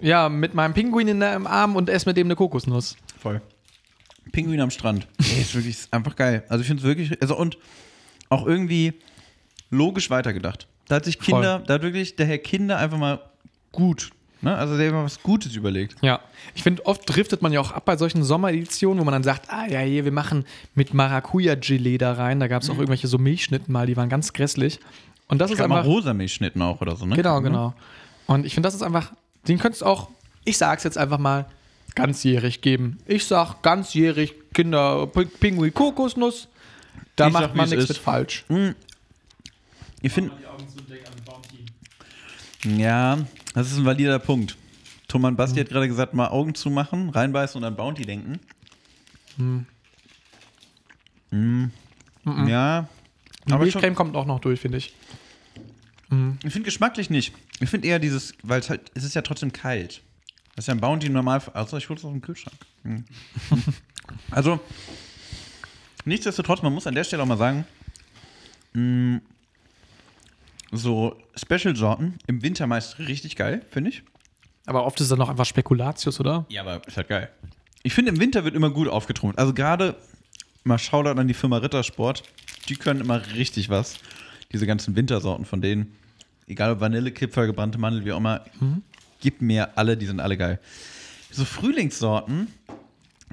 Ja, mit meinem Pinguin in der, im Arm und esse mit dem eine Kokosnuss. Voll. Pinguin am Strand. Ey, ist wirklich ist einfach geil. Also ich finde es wirklich, also und auch irgendwie logisch weitergedacht. Da hat sich Kinder, da hat wirklich der Herr Kinder einfach mal gut, ne? Also der hat mal was Gutes überlegt. Ja, ich finde, oft driftet man ja auch ab bei solchen Sommereditionen, wo man dann sagt, ah ja, hier, wir machen mit Maracuja-Gelee da rein. Da gab es auch irgendwelche so Milchschnitten mal, die waren ganz grässlich. Und das ist Kann mal einfach... rosa Milchschnitten auch oder so, ne? Genau, Ne? genau. Und ich finde, das ist einfach, den könntest du auch, ich sag's jetzt einfach mal, ganzjährig geben. Ich sag ganzjährig Kinder P- Pinguin Kokosnuss. Da Ich macht sag, man wie's nichts ist. mit falsch. Ihr findet. Ja, das ist ein valider Punkt. Thomann Basti hat gerade gesagt, mal Augen zumachen, reinbeißen und an Bounty denken. Mhm. Ja. Die Aber schon, Milchcreme kommt auch noch durch, finde ich. ich finde geschmacklich nicht. Ich finde eher dieses, weil es halt, es ist ja trotzdem kalt. Das ist ja ein Bounty normal. Also ich hole es aus dem Kühlschrank. Mhm. also, nichtsdestotrotz, man muss an der Stelle auch mal sagen, mh, so Special-Sorten im Winter meist richtig geil, finde ich. Aber oft ist dann noch einfach Spekulatius, oder? Ja, aber ist halt geil. Ich finde, im Winter wird immer gut aufgetrumpft. Also gerade mal Shoutout an die Firma Rittersport. Die können immer richtig was. Diese ganzen Wintersorten von denen. Egal ob Vanille, Kipfer, gebrannte Mandel, wie auch immer. Gib mir alle, die sind alle geil. So Frühlingssorten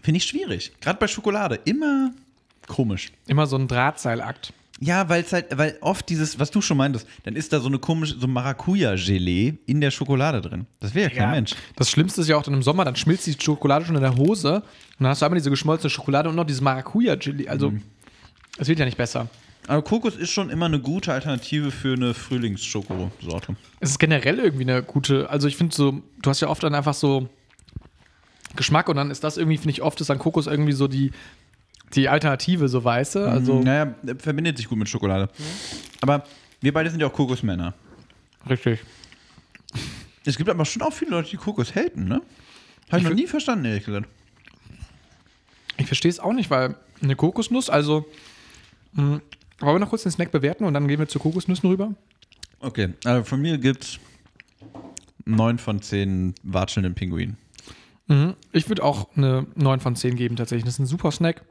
finde ich schwierig. Gerade bei Schokolade. Immer komisch. Immer so ein Drahtseilakt. Ja, weil es halt, weil oft dieses, was du schon meintest, dann ist da so eine komische, so Maracuja-Gelee in der Schokolade drin. Das wäre ja kein Mensch. Das Schlimmste ist ja auch dann im Sommer, dann schmilzt die Schokolade schon in der Hose und dann hast du einmal diese geschmolzene Schokolade und noch dieses Maracuja-Chili. Also, es wird ja nicht besser. Aber Kokos ist schon immer eine gute Alternative für eine Frühlingsschokosorte. Es ist generell irgendwie eine gute, also ich finde so, du hast ja oft dann einfach so Geschmack und dann ist das irgendwie, finde ich, oft ist dann Kokos irgendwie so die, die Alternative, so weißt du? Also, Hm, Naja, verbindet sich gut mit Schokolade. Aber wir beide sind ja auch Kokosmänner. richtig. Es gibt aber schon auch viele Leute, die Kokos haten, ne? Habe ich noch nie verstanden, ehrlich gesagt. Ich verstehe es auch nicht, weil eine Kokosnuss, also, mh, wollen wir noch kurz den Snack bewerten und dann gehen wir zu Kokosnüssen rüber? Okay, also von mir gibt's 9 von 10 watschelnden Pinguinen. Ich würde auch eine 9 von 10 geben, tatsächlich. Das ist ein super Snack.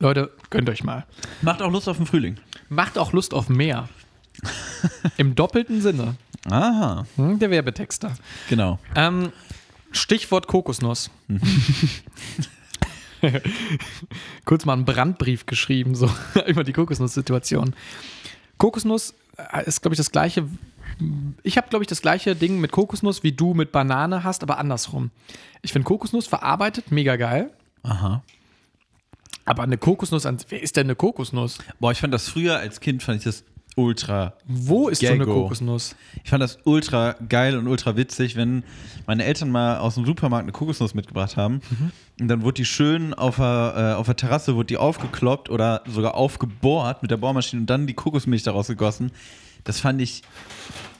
Leute, gönnt euch mal. Macht auch Lust auf den Frühling. Macht auch Lust auf mehr. Im doppelten Sinne. Aha, Hm, der Werbetexter. genau. Ähm, Stichwort Kokosnuss. Kurz mal einen Brandbrief geschrieben, so über die Kokosnuss-Situation. Kokosnuss äh, ist, glaube ich, das gleiche. Ich habe, glaube ich, das gleiche Ding mit Kokosnuss, wie du mit Banane hast, aber andersrum. Ich finde Kokosnuss verarbeitet mega geil. Aha. Aber eine Kokosnuss an. Wer ist denn eine Kokosnuss? Boah, ich fand das früher als Kind, fand ich das ultra Wo ist so eine Gecko. Kokosnuss? Ich fand das ultra geil und ultra witzig, wenn meine Eltern mal aus dem Supermarkt eine Kokosnuss mitgebracht haben. Und dann wurde die schön auf der, äh, auf der Terrasse wurde die aufgekloppt oder sogar aufgebohrt mit der Bohrmaschine und dann die Kokosmilch daraus gegossen. Das fand ich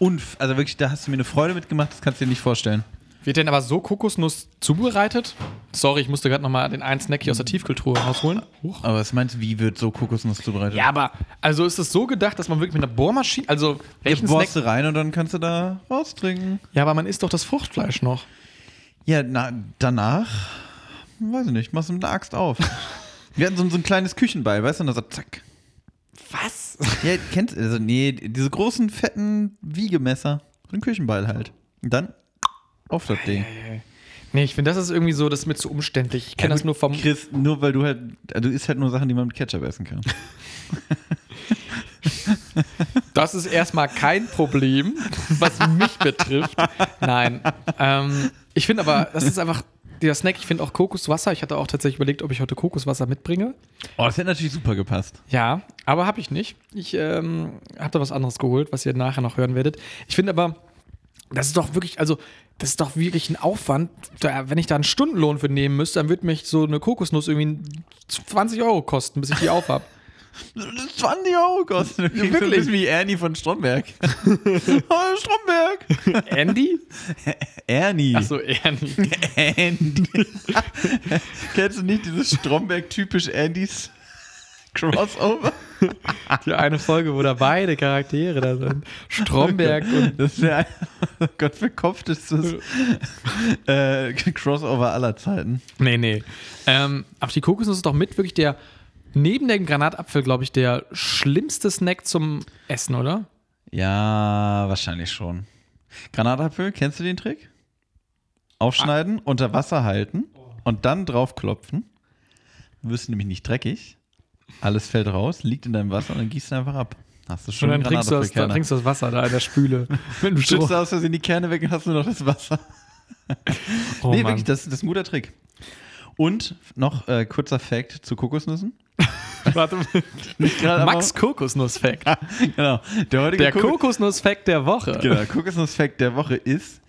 unf. Also wirklich, da hast du mir eine Freude mitgemacht, das kannst du dir nicht vorstellen. Wird denn aber so Kokosnuss zubereitet? Sorry, ich musste gerade nochmal den einen Snack hier aus der Tiefkultur rausholen. Huch. Aber was meinst du, wie wird so Kokosnuss zubereitet? Ja, aber also ist es so gedacht, dass man wirklich mit einer Bohrmaschine, also Ja, welchen bohrst Snack? du rein und dann kannst du da raustrinken. Ja, aber man isst doch das Fruchtfleisch noch. Ja, na, danach, weiß ich nicht, machst du mit einer Axt auf. Wir hatten so, so ein kleines Küchenbeil, weißt du, und dann so zack. Was? Ja, kennst also nee, diese großen fetten Wiegemesser, so ein Küchenball halt. Und dann auf das Ding. Nee, ich finde, das ist irgendwie so, das ist mir zu umständlich. Ich kenne das nur vom. Chris, nur weil du halt also du isst halt nur Sachen, die man mit Ketchup essen kann. Das ist erstmal kein Problem, was mich betrifft. Nein. Ähm, ich finde aber, das ist einfach der Snack. Ich finde auch Kokoswasser. Ich hatte auch tatsächlich überlegt, ob ich heute Kokoswasser mitbringe. Oh, das hätte natürlich super gepasst. Ja, aber habe ich nicht. Ich ähm, habe da was anderes geholt, was ihr nachher noch hören werdet. Ich finde aber, das ist doch wirklich, also das ist doch wirklich ein Aufwand. Da, wenn ich da einen Stundenlohn für nehmen müsste, dann würde mich so eine Kokosnuss irgendwie 20 Euro kosten, bis ich die auf habe. Das ist 20 Euro kostet. Ja, wirklich. Du bist wie Ernie von Stromberg. oh, Stromberg. Andy? Ernie. Achso, Andy. Andy. Kennst du nicht diese Stromberg-typisch Andys? Crossover? Die eine Folge, wo da beide Charaktere da sind. Stromberg und Das wäre Gott für Kopf, das ist äh, Crossover aller Zeiten. Nee, nee. Ähm, aber die Kokosnuss ist doch mit wirklich der, neben dem Granatapfel, glaube ich, der schlimmste Snack zum Essen, oder? Ja, wahrscheinlich schon. Granatapfel, kennst du den Trick? Ah. Aufschneiden, unter Wasser halten Oh. und dann draufklopfen. Du wirst nämlich nicht dreckig. Alles fällt raus, liegt in deinem Wasser und dann gießt du einfach ab. Hast du schon Und dann trinkst, du das, dann Granatapfelkerne. trinkst du das Wasser da in der Spüle. Mit dem Schützt du aus Versehen die Kerne weg und hast nur noch das Wasser. Oh, nee, Mann. wirklich, das, das ist ein guter Trick. Und noch äh, kurzer Fact zu Kokosnüssen. Warte mal. Nicht gerade, aber- Max Kokosnuss-Fact. genau. Der heutige Der Kokos- Kokosnuss-Fact der Woche. Genau, Kokosnuss-Fact der Woche ist: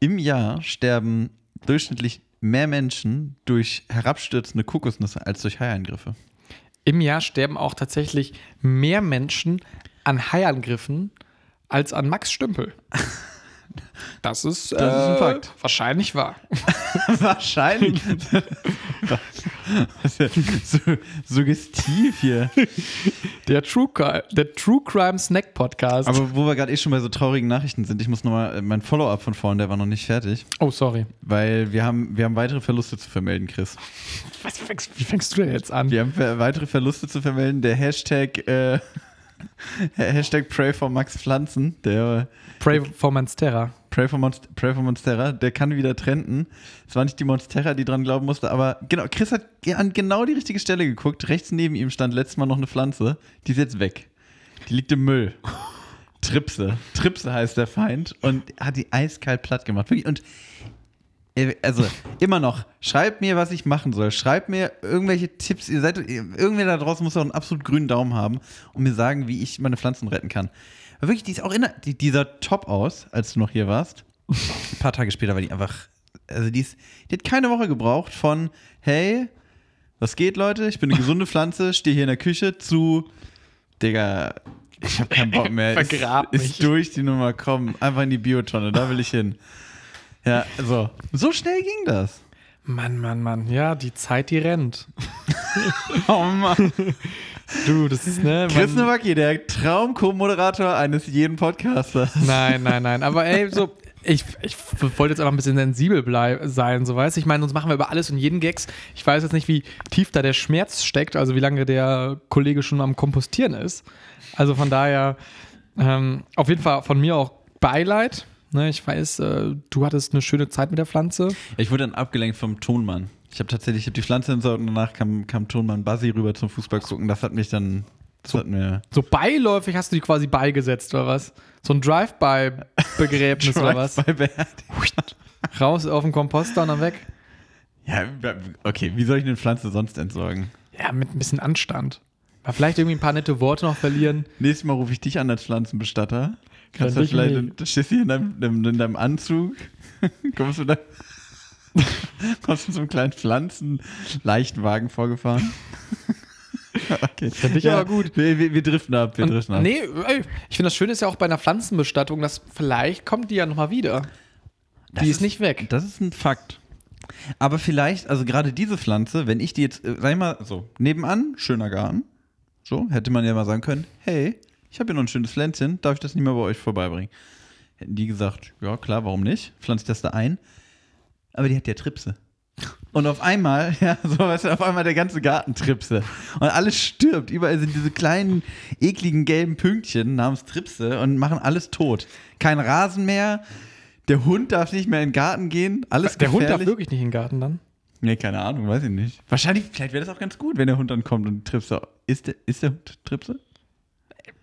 Im Jahr sterben durchschnittlich mehr Menschen durch herabstürzende Kokosnüsse als durch Haiangriffe. Im Jahr sterben auch tatsächlich mehr Menschen an Haiangriffen als an Max Stümpel. Das ist, Das ist ein äh, Fakt. wahrscheinlich wahr. Wahrscheinlich. Was ist denn Also, so, suggestiv hier. Der True, Cri- der True Crime Snack Podcast. Aber wo wir gerade eh schon bei so traurigen Nachrichten sind, ich muss nochmal mein Follow-up von vorhin, der war noch nicht fertig, oh, sorry. weil wir haben, wir haben weitere Verluste zu vermelden, Chris. Was fängst, wie fängst du denn jetzt an? Wir haben ver- weitere Verluste zu vermelden. Der Hashtag, äh, Hashtag Pray for Max Pflanzen, der Pray for Mansterra. Pray for, Monst Pray for Monstera, der kann wieder trenden. Es war nicht die Monstera, die dran glauben musste, aber genau, Chris hat ge- an genau die richtige Stelle geguckt. Rechts neben ihm stand letztes Mal noch eine Pflanze. Die ist jetzt weg. Die liegt im Müll. Tripse. Tripse heißt der Feind und hat die eiskalt platt gemacht. Wirklich. Und äh, also immer noch, schreibt mir, was ich machen soll. Schreibt mir irgendwelche Tipps. Ihr seid, ihr- irgendwer da draußen muss doch einen absolut grünen Daumen haben und mir sagen, wie ich meine Pflanzen retten kann. Aber wirklich, die ist auch in, die, dieser Top aus, als du noch hier warst. Ein paar Tage später war die einfach, also die, ist, die hat keine Woche gebraucht von, hey, was geht, Leute? Ich bin eine gesunde Pflanze, stehe hier in der Küche zu, Digga, ich habe keinen Bock mehr. Vergrab ist, mich. Ist durch die Nummer, komm, einfach in die Biotonne, da will ich hin. Ja, so. So schnell ging das. Mann, Mann, Mann. Ja, die Zeit, die rennt. Oh Mann. Du, das ist, ne? Chris man- Nowacki, der Traum-Co-Moderator eines jeden Podcasters. Nein, nein, nein. Aber ey, so, ich, ich wollte jetzt einfach ein bisschen sensibel blei- sein, so weißt du. Ich meine, sonst machen wir über alles und jeden Gags. Ich weiß jetzt nicht, wie tief da der Schmerz steckt, also wie lange der Kollege schon am Kompostieren ist. Also von daher, ähm, auf jeden Fall von mir auch Beileid. Ne, ich weiß, äh, du hattest eine schöne Zeit mit der Pflanze. Ich wurde dann abgelenkt vom Tonmann. Ich habe tatsächlich, ich habe die Pflanze entsorgt und danach kam, kam Tonmann Basi rüber zum Fußball gucken. Das hat mich dann, das hat mir So beiläufig hast du die quasi beigesetzt, oder was? So ein Drive-By-Begräbnis oder was? Bei Bert. Raus auf den Komposter und dann weg. Ja, okay, wie soll ich eine Pflanze sonst entsorgen? Ja, mit ein bisschen Anstand. Mal vielleicht irgendwie ein paar nette Worte noch verlieren. Nächstes Mal rufe ich dich an als Pflanzenbestatter. Kannst Dann du dich vielleicht, nicht. in, stehst du hier in deinem, in, in deinem Anzug, kommst du da, kommst du zum kleinen Pflanzenleichtwagen vorgefahren. okay. ich aber gut. Wir, wir, wir driften ab, wir driften ab. Nee, ey, ich finde das Schöne ist ja auch bei einer Pflanzenbestattung, dass vielleicht kommt die ja nochmal wieder. die ist, nicht weg. Das ist ein Fakt. Aber vielleicht, also gerade diese Pflanze, wenn ich die jetzt, äh, sag ich mal, so, nebenan, schöner Garten, so, hätte man ja mal sagen können, hey, ich habe hier noch ein schönes Pflänzchen, darf ich das nicht mal bei euch vorbeibringen? Hätten die gesagt, ja klar, warum nicht, pflanze ich das da ein. Aber die hat ja Tripse. Und auf einmal, ja, so weißt du, auf einmal der ganze Garten Tripse. Und alles stirbt. Überall sind diese kleinen, ekligen gelben Pünktchen namens Tripse und machen alles tot. Kein Rasen mehr. Der Hund darf nicht mehr in den Garten gehen. Alles Der Hund gefährlich. darf wirklich nicht in den Garten dann. Nee, keine Ahnung, weiß ich nicht. Wahrscheinlich, vielleicht wäre das auch ganz gut, wenn der Hund dann kommt und Tripse. Ist der, ist der Hund Tripse?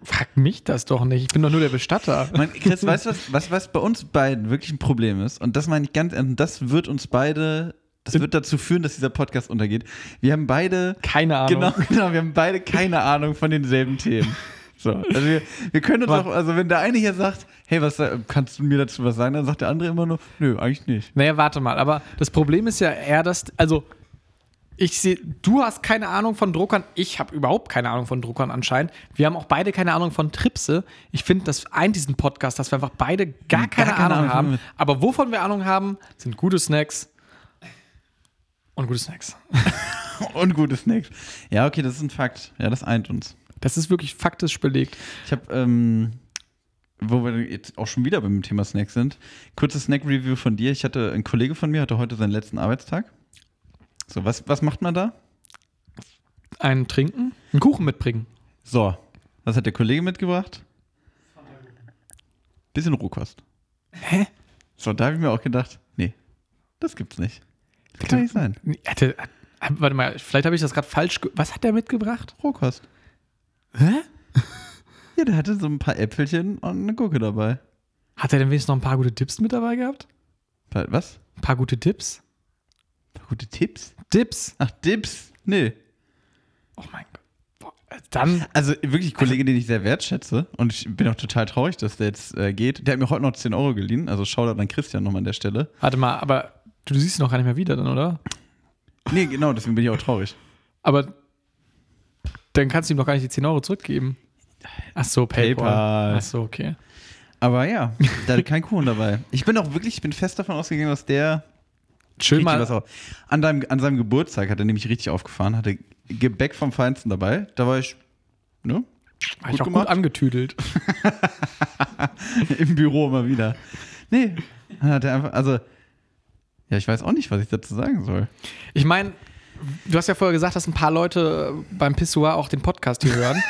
Frag mich das doch nicht. Ich bin doch nur der Bestatter. Mein, Chris, weißt du, was, was, was bei uns beiden wirklich ein Problem ist? Und das meine ich ganz ernst. und Das wird uns beide, das wird dazu führen, dass dieser Podcast untergeht. Wir haben beide. Keine Ahnung. Genau, genau, wir haben beide keine Ahnung von denselben Themen. So, also wir, wir können uns Mann. auch, also wenn der eine hier sagt, hey, was äh, kannst du mir dazu was sagen, dann sagt der andere immer nur, nö, eigentlich nicht. Naja, warte mal. Aber das Problem ist ja eher, dass. Also, ich sehe, du hast keine Ahnung von Druckern. Ich habe überhaupt keine Ahnung von Druckern anscheinend. Wir haben auch beide keine Ahnung von Tripse. Ich finde, das eint diesen Podcast, dass wir einfach beide gar keine, keine Ahnung, Ahnung haben. haben. Aber wovon wir Ahnung haben, sind gute Snacks. Und gute Snacks. und gute Snacks. Ja, okay, das ist ein Fakt. Ja, das eint uns. Das ist wirklich faktisch belegt. Ich habe, ähm, wo wir jetzt auch schon wieder beim Thema Snacks sind, kurzes Snack-Review von dir. Ich hatte, ein Kollege von mir hatte heute seinen letzten Arbeitstag. So, was, was macht man da? Einen trinken, einen Kuchen mitbringen. So, was hat der Kollege mitgebracht? Bisschen Rohkost. Hä? So, da habe ich mir auch gedacht, nee, das gibt's nicht. Das kann nicht sein. Nee, hat der- hat- äh, Warte mal, vielleicht habe ich das gerade falsch. ge- Was hat der mitgebracht? Rohkost. Hä? Ja, der hatte so ein paar Äpfelchen und eine Gurke dabei. Hat er denn wenigstens noch ein paar gute Tipps mit dabei gehabt? Was? Ein paar gute Tipps? Gute Tipps? Tipps? Ach, Dips? Nee. Oh mein Gott. Boah, äh, Dann, Also wirklich Kollege, den ich sehr wertschätze und ich bin auch total traurig, dass der jetzt äh, geht. Der hat mir heute noch 10 Euro geliehen, also Shoutout an Christian nochmal an der Stelle. warte mal, aber du siehst ihn noch gar nicht mehr wieder dann, oder? Nee, genau, deswegen bin ich auch traurig. Aber dann kannst du ihm doch gar nicht die 10 Euro zurückgeben. Ach so, PayPal. PayPal. Ach so, okay. Aber ja, da hat kein Kuchen dabei. Ich bin auch wirklich, ich bin fest davon ausgegangen, dass der Schön richtig mal, was auf. An, deinem, an seinem Geburtstag hat er nämlich richtig aufgefahren, hatte Gebäck vom Feinsten dabei. Da war ich, ne? hab gut ich auch gemacht. gut angetüdelt. Im Büro mal wieder. Nee, dann hat er einfach, also, ja, ich weiß auch nicht, was ich dazu sagen soll. Ich meine, du hast ja vorher gesagt, dass ein paar Leute beim Pissoir auch den Podcast hier hören.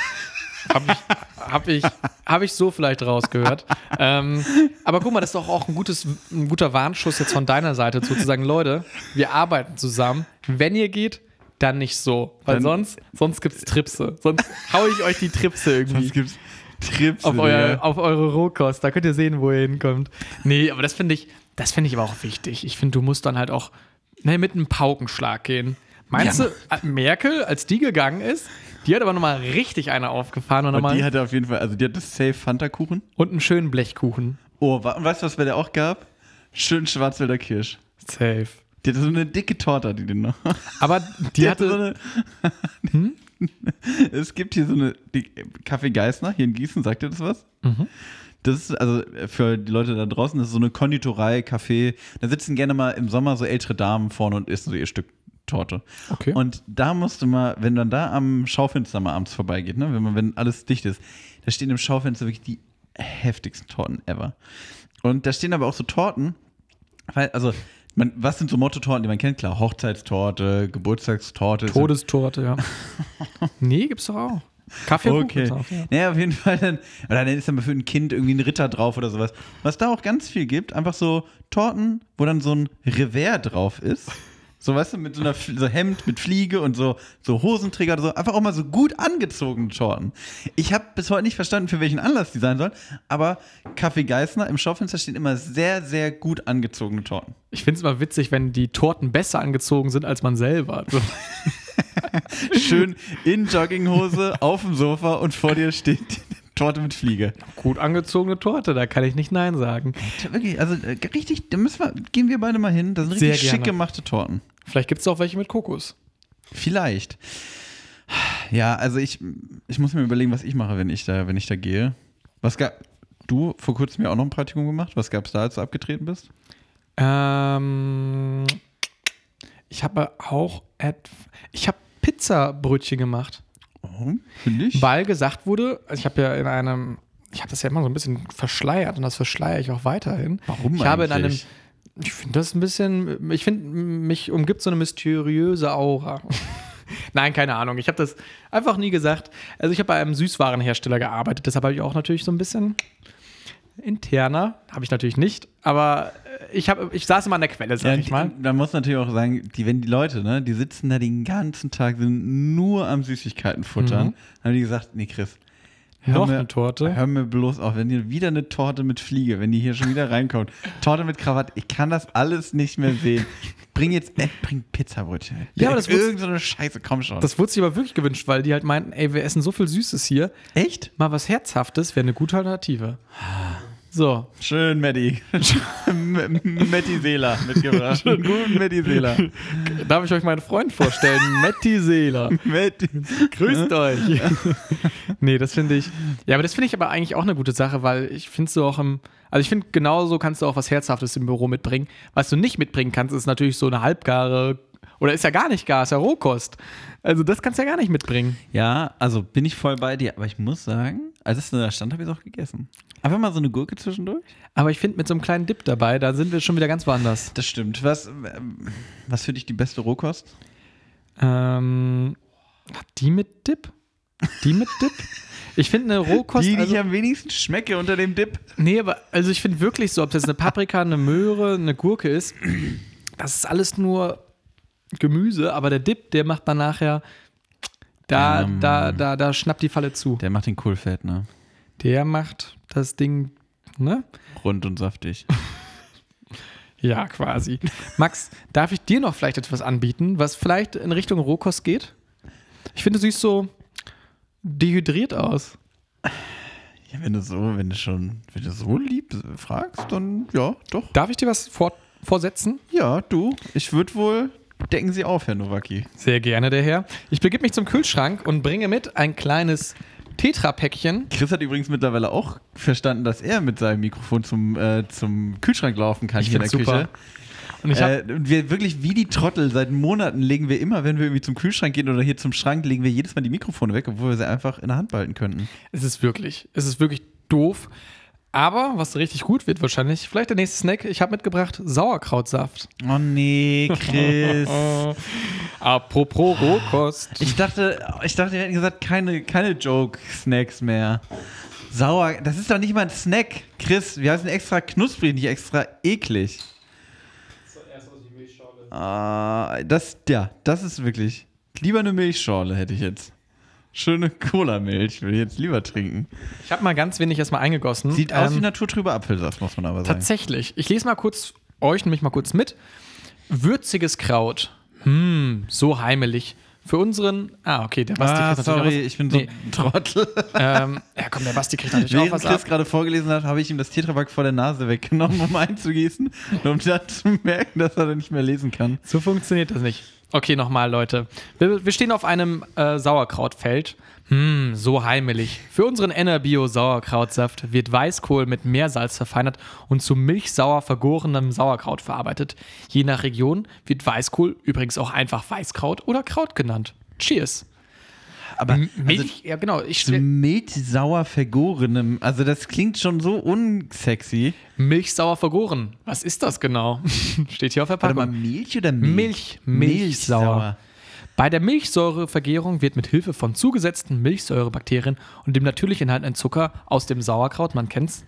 Habe ich, hab ich, hab ich so vielleicht rausgehört. ähm, aber guck mal, das ist doch auch ein, gutes, ein guter Warnschuss jetzt von deiner Seite, sozusagen, Leute, wir arbeiten zusammen. Wenn ihr geht, dann nicht so. Weil Dann- sonst, sonst gibt es Tripse. Sonst hau ich euch die Tripse irgendwie. Sonst gibt's Trips. auf, Digga. euer, auf eure Rohkost. Da könnt ihr sehen, wo ihr hinkommt. Nee, aber das finde ich, das finde ich aber auch wichtig. Ich finde, du musst dann halt auch ne, mit einem Paukenschlag gehen. Meinst Ja. du, äh, Merkel, als die gegangen ist, die hat aber nochmal richtig eine aufgefahren und, noch Und die mal hatte auf jeden Fall, also die hatte Safe Fanta-Kuchen. und einen schönen Blechkuchen. Oh, wa- und weißt du, was bei der auch gab? Schön Schwarzwälder Kirsch. Safe. Die hatte so eine dicke Torte, hat die denn noch. Aber die so hatte. Hm? eine. es gibt hier so eine. Die äh, Kaffee Geißner hier in Gießen, sagt ihr das was? Mhm. Das ist, also für die Leute da draußen, das ist so eine Konditorei, Kaffee. Da sitzen gerne mal im Sommer so ältere Damen vorne und essen so ihr Stück Torte. Okay. Und da musste mal, wenn man da am Schaufenster mal abends vorbeigeht, ne, wenn man, wenn alles dicht ist, da stehen im Schaufenster wirklich die heftigsten Torten ever. Und da stehen aber auch so Torten, weil, also, man, was sind so Motto-Torten, die man kennt? Klar, Hochzeitstorte, Geburtstagstorte. ist ja- Todestorte, ja. nee, gibt's doch auch. Kaffee und Kuchen Okay. gibt's auch, ja. Naja, auf jeden Fall. Dann, oder dann ist dann für ein Kind irgendwie ein Ritter drauf oder sowas. Was da auch ganz viel gibt, einfach so Torten, wo dann so ein Revers drauf ist. So, weißt du, mit so einer Fl- so Hemd mit Fliege und so, so Hosenträger oder so. Einfach auch mal so gut angezogene Torten. Ich habe bis heute nicht verstanden, für welchen Anlass die sein sollen, aber Kaffee Geißner im Schaufenster stehen immer sehr, sehr gut angezogene Torten. Ich finde es immer witzig, wenn die Torten besser angezogen sind als man selber. So. Schön in Jogginghose auf dem Sofa und vor dir steht die Torte mit Fliege. Gut angezogene Torte, da kann ich nicht Nein sagen. Wirklich, also äh, richtig, da müssen wir, gehen wir beide mal hin. Das sind Sehr richtig schick gerne. gemachte Torten. Vielleicht gibt es auch welche mit Kokos. Vielleicht. Ja, also ich, ich muss mir überlegen, was ich mache, wenn ich da, wenn ich da gehe. Was gab. Du vor kurzem ja auch noch ein Praktikum gemacht. Was gab es da, als du abgetreten bist? Ähm, ich habe auch et- ich habe Pizzabrötchen gemacht, Oh, finde ich. weil gesagt wurde, also ich habe ja in einem, ich habe das ja immer so ein bisschen verschleiert und das verschleiere ich auch weiterhin. Warum Ich habe in einem, eigentlich? ich finde das ein bisschen, ich finde, mich umgibt so eine mysteriöse Aura. Nein, keine Ahnung. Ich habe das einfach nie gesagt. Also ich habe bei einem Süßwarenhersteller gearbeitet, deshalb habe ich auch natürlich so ein bisschen interner, habe ich natürlich nicht, aber äh, ich, hab, ich saß immer an der Quelle, sag Ja, äh, ich mal. da muss natürlich auch sagen, die, wenn die Leute, ne, die sitzen da den ganzen Tag, sind nur am Süßigkeiten futtern, Mhm. haben die gesagt, nee, Chris, hör Noch mir- eine Torte? Hör mir bloß auf, wenn ihr wieder eine Torte mit Fliege, wenn die hier schon wieder reinkommt, Torte mit Krawatte, ich kann das alles nicht mehr sehen. Bring jetzt, äh, bring Pizzabrötchen. mit. Ja, aber das wusste- irgend so eine Scheiße, komm schon. Das wurde sich aber wirklich gewünscht, weil die halt meinten, ey, wir essen so viel Süßes hier. echt? Mal was Herzhaftes wäre eine gute Alternative. So, Schön, Matti. M- Matti Seeler mitgebracht. Guten Matti Seeler. darf ich euch meinen Freund vorstellen? Matti Seeler. Matti. Grüßt euch. nee, das finde ich. Ja, aber das finde ich aber eigentlich auch eine gute Sache, weil ich finde so auch im. Also ich finde, genauso kannst du auch was Herzhaftes im Büro mitbringen. Was du nicht mitbringen kannst, ist natürlich so eine halbgare Oder ist ja gar nicht Gas, ja Rohkost. Also das kannst du ja gar nicht mitbringen. Ja, also bin ich voll bei dir, aber ich muss sagen, als es da stand, habe ich es auch gegessen. Einfach mal so eine Gurke zwischendurch. Aber ich finde, mit so einem kleinen Dip dabei, da sind wir schon wieder ganz woanders. Das stimmt. Was, ähm, was für dich die beste Rohkost? Ähm, die mit Dip? Die mit Dip? Ich finde eine Rohkost. die, die also, ich am wenigsten schmecke unter dem Dip. nee, aber also ich finde wirklich so, ob das eine Paprika, eine Möhre, eine Gurke ist, das ist alles nur Gemüse, aber der Dip, der macht man nachher. Da, Ähm. da, da, da schnappt die Falle zu. Der macht den Kohlfett, ne? Der macht das Ding, ne? Rund und saftig. Ja, quasi. Max, darf ich dir noch vielleicht etwas anbieten, was vielleicht in Richtung Rohkost geht? Ich finde, du siehst so dehydriert aus. Ja, wenn du so, wenn du schon, wenn du so lieb fragst, dann ja, doch. Darf ich dir was vor vorsetzen? Ja, du. Ich würde wohl. Decken Sie auf, Herr Nowacki. Sehr gerne, der Herr. Ich begib mich zum Kühlschrank und bringe mit ein kleines Tetra-Päckchen. Chris hat übrigens mittlerweile auch verstanden, dass er mit seinem Mikrofon zum, äh, zum Kühlschrank laufen kann Ich hier in der find's super. Küche. Und ich habe äh, und wir wirklich wie die Trottel, seit Monaten legen wir immer, wenn wir irgendwie zum Kühlschrank gehen oder hier zum Schrank, legen wir jedes Mal die Mikrofone weg, obwohl wir sie einfach in der Hand behalten könnten. Es ist wirklich, es ist wirklich doof. Aber was richtig gut wird wahrscheinlich, vielleicht der nächste Snack, ich habe mitgebracht Sauerkrautsaft. Oh nee, Chris. Apropos Rohkost. ich dachte, ich dachte, wir hätten gesagt, keine, keine Joke-Snacks mehr. Sauer, das ist doch nicht mal ein Snack. Chris, wir heißen extra knusprig, nicht extra eklig. Ah, das, ja, das ist wirklich. Lieber eine Milchschorle hätte ich jetzt. Schöne Cola-Milch würde ich jetzt lieber trinken. Ich habe mal ganz wenig erstmal eingegossen. Sieht aus wie Ähm, naturtrüber Apfelsaft, muss man aber sagen. Tatsächlich. Ich lese mal kurz euch und mich mal kurz mit. Würziges Kraut. Hm, so heimelig. Für unseren. Ah, okay, der Basti kriegt natürlich ich bin so Nee. ein Trottel. auch was. Ähm, ja, komm, der Basti kriegt natürlich auch Während was Chris ab. gerade vorgelesen hat, habe ich ihm das Tetrapack vor der Nase weggenommen, um einzugießen und um dann zu merken, dass er dann nicht mehr lesen kann. So funktioniert das nicht. Okay, nochmal, Leute. Wir, wir stehen auf einem äh, Sauerkrautfeld. Hm, so heimelig. Für unseren Enerbio-Sauerkrautsaft wird Weißkohl mit Meersalz verfeinert und zu milchsauer vergorenem Sauerkraut verarbeitet. Je nach Region wird Weißkohl übrigens auch einfach Weißkraut oder Kraut genannt. Cheers. Aber also, Milch, ja genau. Ich, zu milchsauer vergorenem, also das klingt schon so unsexy. milchsauer vergoren. Was ist das genau? Steht hier auf der Warte Packung. mal, Milch oder Milch, Milchsauer. Bei der Milchsäurevergärung wird mit Hilfe von zugesetzten Milchsäurebakterien und dem natürlich enthaltenen Zucker aus dem Sauerkraut, man kennt's,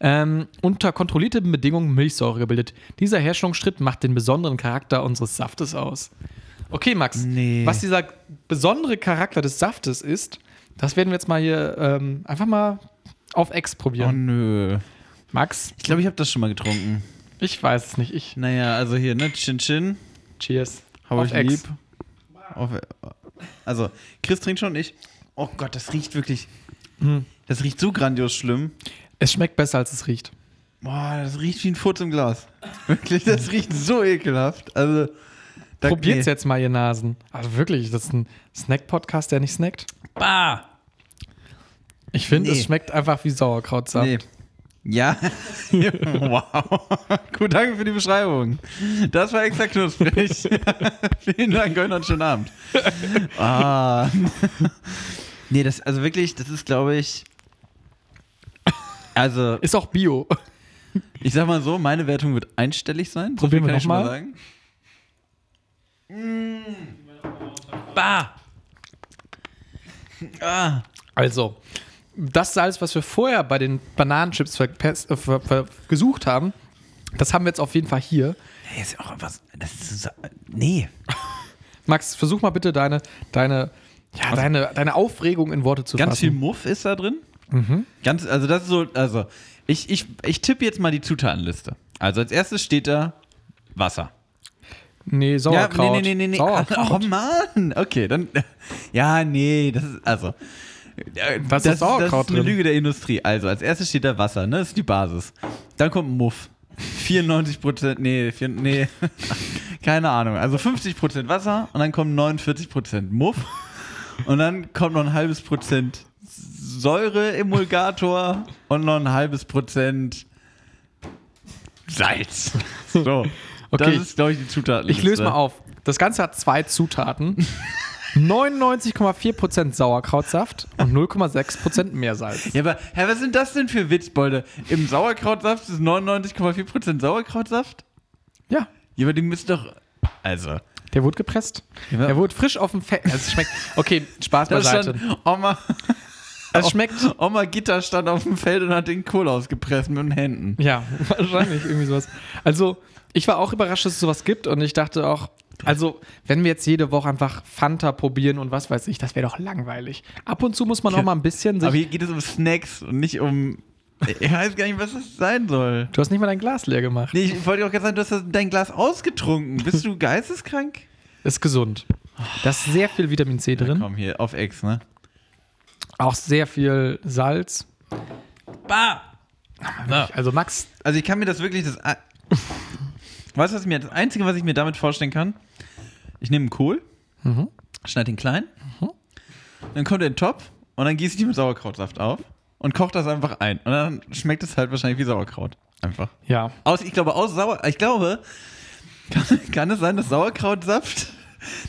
ähm, unter kontrollierten Bedingungen Milchsäure gebildet. Dieser Herstellungsschritt macht den besonderen Charakter unseres Saftes aus. Okay, Max, Nee. was dieser besondere Charakter des Saftes ist, das werden wir jetzt mal hier ähm, einfach mal auf Ex Oh probieren. nö. Max, Ich glaube, ich habe das schon mal getrunken. ich weiß es nicht. Ich. Naja, also hier, ne? Chin Chin. Cheers. Hab Auf ich Ex. lieb. Auf, also, Chris trinkt schon und ich. Oh Gott, das riecht wirklich. Hm. Das riecht so grandios schlimm. Es schmeckt besser, als es riecht. Boah, das riecht wie ein Furz im Glas. Wirklich, das riecht so ekelhaft. Also, da, Probiert's nee. jetzt mal, ihr Nasen. Also wirklich, das ist ein Snack-Podcast, der nicht snackt. Bah! Ich finde, Nee. es schmeckt einfach wie Sauerkrautsaft. Nee. Ja. wow. Gut, danke für die Beschreibung. Das war extra knusprig. Vielen Dank, heute und schönen Abend. ah. Nee, das, also wirklich, das ist, glaube ich. Also, Ist auch Bio. ich sag mal so, meine Wertung wird einstellig sein. So Probieren viel wir kann ich schon mal noch mal. sagen. Mm. Bah! Ah. Also, das Salz, was wir vorher bei den Bananenchips verpest- äh, ver ver gesucht haben, das haben wir jetzt auf jeden Fall hier. Hey, ist ja auch was. Das ist, so- nee. Max, versuch mal bitte deine, deine, ja, deine, deine Aufregung in Worte zu Ganz viel fassen. Muff ist da drin. Ganz, also das ist so, also ich, ich, ich tippe jetzt mal die Zutatenliste. Also als erstes steht da Wasser. Nee, Sauerkraut. Ja, nee, nee, nee, nee. Oh Sauerkraut. Mann. Okay, dann. Ja, nee, das ist, also. äh, Das ist Sauerkraut Das ist eine drin. Lüge der Industrie. Also als erstes steht da Wasser, ne? Das ist die Basis. Dann kommt Muff. 94 Prozent, nee, vier, nee, keine Ahnung. Also 50 Prozent Wasser und dann kommen 49 Prozent Muff. Und dann kommt noch ein halbes Prozent Säureemulgator und noch ein halbes Prozent Salz. So. Das Okay, ist, glaube ich, die Ne? Zutatenliste. ich löse mal auf. Das Ganze hat zwei Zutaten. 99,4% Sauerkrautsaft und 0,6% Meersalz. Ja, aber hä, was sind das denn für Witzbolde? Im Sauerkrautsaft ist 99,4% Sauerkrautsaft? Ja, Ja, aber die müssen doch. Also. der wurde gepresst. Ja. Der wurde frisch auf dem Fett. Also es schmeckt. Okay, Spaß Da beiseite. stand Oma, Es schmeckt. Oma Gitter stand auf dem Feld und hat den Kohl ausgepresst mit den Händen. Ja, wahrscheinlich irgendwie sowas. Also, ich war auch überrascht, dass es sowas gibt und ich dachte auch, also, wenn wir jetzt jede Woche einfach Fanta probieren und was weiß ich, das wäre doch langweilig. Ab und zu muss man auch mal ein bisschen Aber sich. hier geht es um Snacks und nicht um. Ich weiß gar nicht, was das sein soll. Du hast nicht mal dein Glas leer gemacht. Nee, ich wollte auch gerade sagen, du hast dein Glas ausgetrunken. Bist du geisteskrank? Ist gesund. Da ist sehr viel Vitamin C drin, Komm hier, auf Ex, ne? auch sehr viel Salz. Bah! Also, Max, Also ich kann mir das wirklich das. a- Weißt du, was ich mir das Einzige, was ich mir damit vorstellen kann? Ich nehme einen Kohl, schneide ihn klein, dann kommt er in den Topf und dann gieße ich ihn mit Sauerkrautsaft auf und koche das einfach ein. Und dann schmeckt es halt wahrscheinlich wie Sauerkraut. Einfach. ja. Aus, ich glaube, aus Sauer. Ich glaube, kann, kann es sein, dass Sauerkrautsaft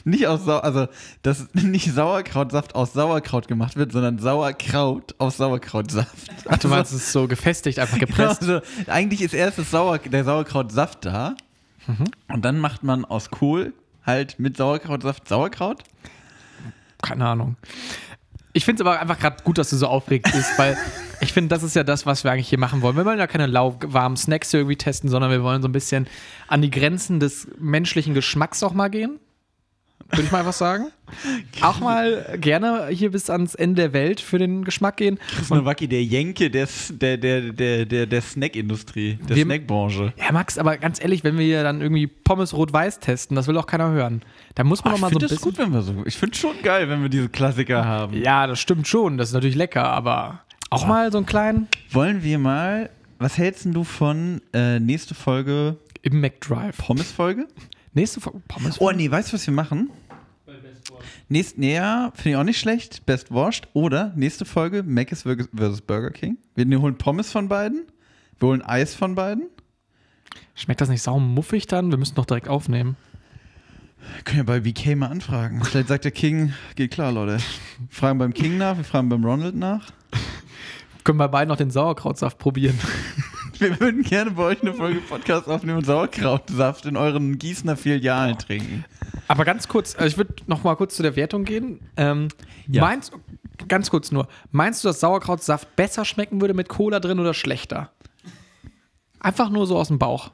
nicht aus Sau, also dass nicht Sauerkrautsaft aus Sauerkraut gemacht wird, sondern Sauerkraut aus Sauerkrautsaft. Ach, du meinst, es ist so gefestigt, einfach gepresst. Also, eigentlich ist erst das Sauer, der Sauerkrautsaft da. Und dann macht man aus Kohl halt mit Sauerkrautsaft Sauerkraut. Keine Ahnung. Ich finde es aber einfach gerade gut, dass du so aufgeregt bist, weil ich finde, das ist ja das, was wir eigentlich hier machen wollen. Wir wollen ja keine lauwarmen Snacks hier irgendwie testen, sondern wir wollen so ein bisschen an die Grenzen des menschlichen Geschmacks auch mal gehen. Würde ich mal einfach sagen. Auch mal gerne hier bis ans Ende der Welt für den Geschmack gehen. Slowaki, der Jenke der, der, der, der, der, der Snackindustrie, der Wir- Snackbranche. Ja, Max, aber ganz ehrlich, wenn wir hier dann irgendwie Pommes rot-weiß testen, das will auch keiner hören. Da muss man Ich doch mal so ein finde bisschen. das gut, wenn wir so. Ich finde schon geil, wenn wir diese Klassiker haben. Ja, das stimmt schon. Das ist natürlich lecker, aber auch mal so einen kleinen Wollen wir mal. Was hältst denn du von äh, nächste Folge im McDrive. Pommes-Folge? Nächste Folge. Pommes. Oh nee, weißt du, was wir machen? Nächst, nee, ja, finde ich auch nicht schlecht. Best Washed. Oder nächste Folge Mac is versus- versus Burger King. Wir holen Pommes von beiden. Wir holen Eis von beiden. Schmeckt das nicht saumuffig dann? Wir müssen doch direkt aufnehmen. Wir können ja bei BK mal anfragen. Vielleicht sagt der King, geht klar, Leute. Wir Fragen beim King nach, wir fragen beim Ronald nach. Können wir beide noch den Sauerkrautsaft probieren? Wir würden gerne bei euch eine Folge Podcast aufnehmen und Sauerkrautsaft in euren Gießener Filialen trinken. Aber ganz kurz, also ich würde noch mal kurz zu der Wertung gehen. Ähm, Ja. Meinst ganz kurz nur, meinst du, dass Sauerkrautsaft besser schmecken würde mit Cola drin oder schlechter? Einfach nur so aus dem Bauch.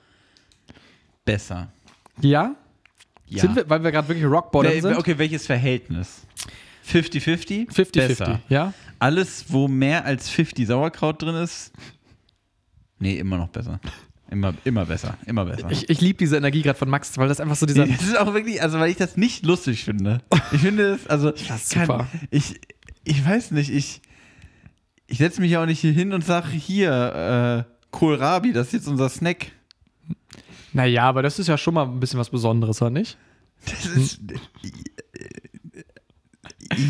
Besser. Ja? Ja. Sind wir, weil wir gerade wirklich Rockbottom Nee, sind? okay, welches Verhältnis? 50-50? 50-50, Besser. ja? Alles, wo mehr als 50 Sauerkraut drin ist, nee, immer noch besser. Immer, immer besser, immer besser. Ich, ich liebe diese Energie gerade von Max, weil das einfach so dieser. das ist auch wirklich, also weil ich das nicht lustig finde. Ich finde das, also Das ist kann- super. ich, ich weiß nicht, ich, ich setze mich ja auch nicht hier hin und sage, hier, äh, Kohlrabi, das ist jetzt unser Snack. Naja, aber das ist ja schon mal ein bisschen was Besonderes, oder nicht? Das ist,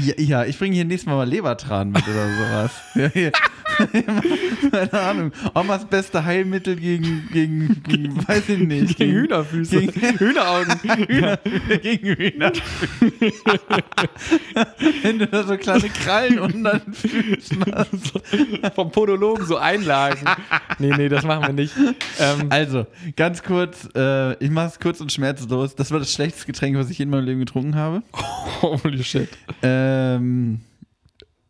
ja, ja, ich bringe hier nächstes Mal mal Lebertran mit oder sowas. Ja, hier. Keine Ahnung. Omas beste Heilmittel gegen, gegen, gegen weiß ich nicht. Gegen Hühnerfüße. Gegen Hühneraugen. Gegen Hühner. Wenn du da so kleine Krallen unter den Füßen hast. Vom Podologen so Einlagen. nee, nee, das machen wir nicht. Ähm, Also, ganz kurz, äh, ich mache es kurz und schmerzlos. Das war das schlechteste Getränk, was ich je in meinem Leben getrunken habe. holy shit. Ähm,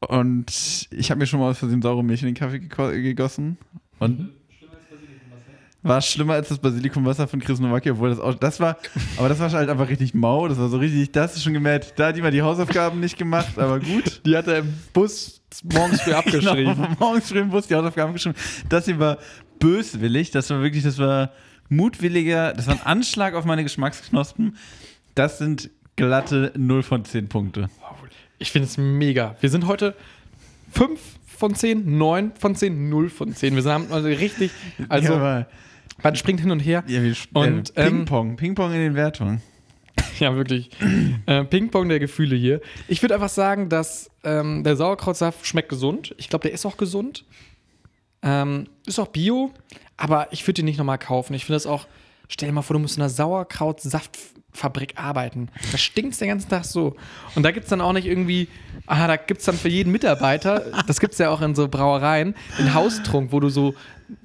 und ich habe mir schon mal aus Versehen saure Milch in den Kaffee geko- gegossen. Und war schlimmer als das Basilikumwasser von Chris Nowacki, obwohl das auch, das war, aber das war halt einfach richtig mau, das war so richtig, das ist schon gemerkt, da hat jemand die Hausaufgaben nicht gemacht, aber gut. Die hat er im Bus morgens früh abgeschrieben. Genau, morgens früh im Bus die Hausaufgaben geschrieben. Das hier war böswillig, das war wirklich, das war mutwilliger, das war ein Anschlag auf meine Geschmacksknospen. Das sind glatte 0 von 10 Punkte. Ich finde es mega. Wir sind heute 5 von 10, 9 von 10, 0 von 10. Wir sind also richtig, also aber- man springt hin und her. Ja, wir sp- Und, äh, ähm, Ping-Pong, Ping-Pong in den Wertungen. Ja, wirklich. äh, Ping-Pong der Gefühle hier. Ich würde einfach sagen, dass ähm, der Sauerkrautsaft schmeckt gesund. Ich glaube, der ist auch gesund. Ähm, ist auch bio, aber ich würde den nicht nochmal kaufen. Ich finde das auch Stell dir mal vor, du musst in einer Sauerkrautsaftfabrik arbeiten. Da stinkt es den ganzen Tag so. Und da gibt es dann auch nicht irgendwie, ah, da gibt es dann für jeden Mitarbeiter, das gibt es ja auch in so Brauereien, den Haustrunk, wo du so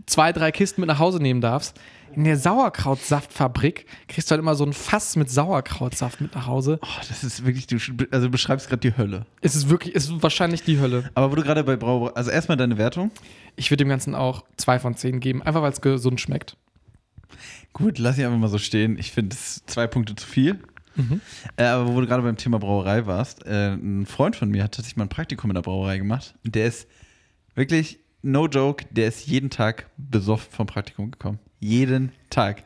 zwei, drei Kisten mit nach Hause nehmen darfst. In der Sauerkrautsaftfabrik kriegst du halt immer so ein Fass mit Sauerkrautsaft mit nach Hause. Oh, das ist wirklich, du sch- also du beschreibst gerade die Hölle. Es ist wirklich, es ist wahrscheinlich die Hölle. Aber wo du gerade bei Brau, also erstmal deine Wertung. Ich würde dem Ganzen auch zwei von zehn geben, einfach weil es gesund schmeckt. Gut, lass ich einfach mal so stehen. Ich finde es ist zwei Punkte zu viel. Mhm. Äh, aber wo du gerade beim Thema Brauerei warst, äh, ein Freund von mir hat tatsächlich mal ein Praktikum in der Brauerei gemacht. Der ist wirklich, no joke, der ist jeden Tag besoffen vom Praktikum gekommen. Jeden Tag.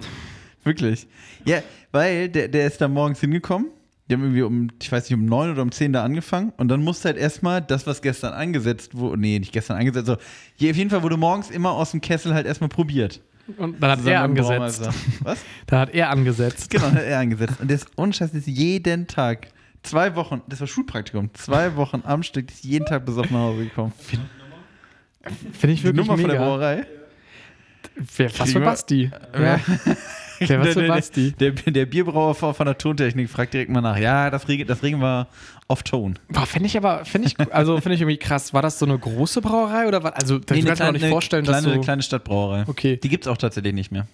Wirklich. Ja, weil der, der ist da morgens hingekommen. Die haben irgendwie um, ich weiß nicht, um neun oder um zehn da angefangen. Und dann musste halt erstmal das, was gestern angesetzt wurde, nee, nicht gestern angesetzt, also, je- auf jeden Fall wurde morgens immer aus dem Kessel halt erstmal probiert. Und dann hat Zusammen er mit dem angesetzt. Braumeister. Was? Da hat er angesetzt. Genau, hat er angesetzt. Und der ist ohne Scheiß, der ist jeden Tag, zwei Wochen, das war Schulpraktikum, zwei Wochen am Stück, der ist jeden Tag besoffen nach Hause gekommen. Finde ich Die wirklich Nummer von der mega. Brauerei? Wer, was für Kriegen wir- Basti? Ja. Der was für Basti? Der, der, der Bierbauer von von der Tontechnik fragt direkt mal nach. Ja, das Regen, das Regen war off-tone. Boah, finde ich aber, finde ich, also finde ich irgendwie krass. War das so eine große Brauerei oder was? Also, da kann ich mir auch nicht vorstellen, kleine, dass so. kleine Stadtbrauerei. Okay. Die gibt es auch tatsächlich nicht mehr.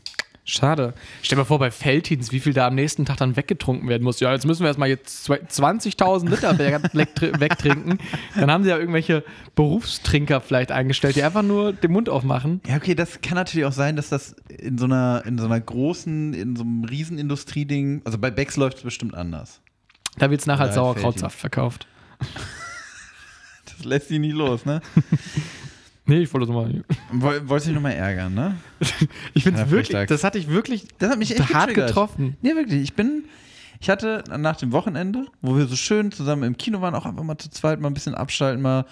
Schade. Stell dir mal vor, bei Feltins, wie viel da am nächsten Tag dann weggetrunken werden muss. Ja, jetzt müssen wir erstmal jetzt zwei- 20.000 Liter weg- wegtrinken. Dann haben sie ja irgendwelche Berufstrinker vielleicht eingestellt, die einfach nur den Mund aufmachen. Ja, okay, das kann natürlich auch sein, dass das in so einer, in so einer großen, in so einem Riesenindustrieding, also bei Becks läuft es bestimmt anders. Da wird es nachher als Oder halt Sauerkrautsaft verkauft. Das lässt sie nie los, ne? Nee, ich wollte so mal. Woll, wollte ich nur mal ärgern, ne? Ich finde Ja, voll es wirklich, stark. das hatte ich wirklich Das hat mich echt hart getriggert. getroffen. Nee, wirklich. Ich bin, ich hatte nach dem Wochenende, wo wir so schön zusammen im Kino waren, auch einfach mal zu zweit mal ein bisschen abschalten, mal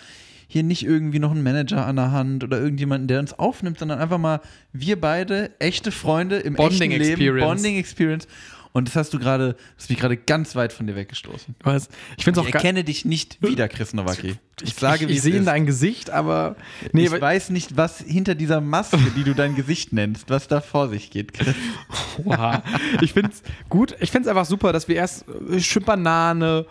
hier nicht irgendwie noch einen Manager an der Hand oder irgendjemanden, der uns aufnimmt, sondern einfach mal wir beide, echte Freunde im Bonding echten Leben, Experience. Bonding Experience. Und das hast du gerade, das hast mich gerade ganz weit von dir weggestoßen. Was? Ich finde es Ich auch gar- erkenne dich nicht wieder, Chris Nowacki. Ich sage, ich, wie ich es sehe in ist. dein Gesicht, aber nee, ich weil- weiß nicht, was hinter dieser Maske, die du dein Gesicht nennst, was da vor sich geht, Chris. Oha. ich finde es gut. Ich finde es einfach super, dass wir erst äh, schön Banane,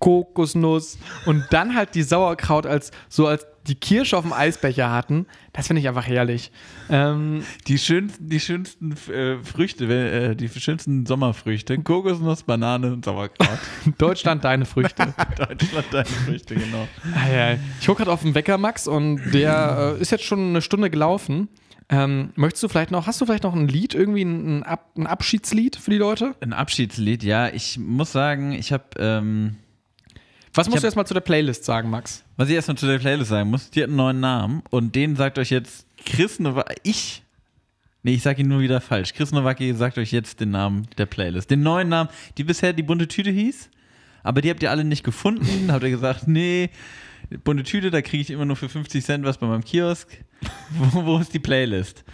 Kokosnuss und dann halt die Sauerkraut als so als die Kirsche auf dem Eisbecher hatten. Das finde ich einfach herrlich. Ähm, Die schönsten, die schönsten äh, Früchte, äh, die schönsten Sommerfrüchte, Kokosnuss, Banane und Sauerkraut. Deutschland, deine Früchte. Deutschland deine Früchte, genau. Eieiei. Ich gucke gerade auf den Wecker, Max, und der äh, ist jetzt schon eine Stunde gelaufen. Ähm, möchtest du vielleicht noch, hast du vielleicht noch ein Lied, irgendwie ein, ein, Ab, ein Abschiedslied für die Leute? Ein Abschiedslied, ja. Ich muss sagen, ich habe, ähm, Was musst hab- du erstmal zu der Playlist sagen, Max? was ich erstmal zu der Playlist sagen muss, die hat einen neuen Namen und den sagt euch jetzt Chris Nowacki, ich, nee, ich sag ihn nur wieder falsch. Chris Nowacki sagt euch jetzt den Namen der Playlist. Den neuen Namen, die bisher die bunte Tüte hieß, aber die habt ihr alle nicht gefunden. habt ihr gesagt, nee, bunte Tüte, da kriege ich immer nur für 50 Cent was bei meinem Kiosk. Wo, wo ist die Playlist?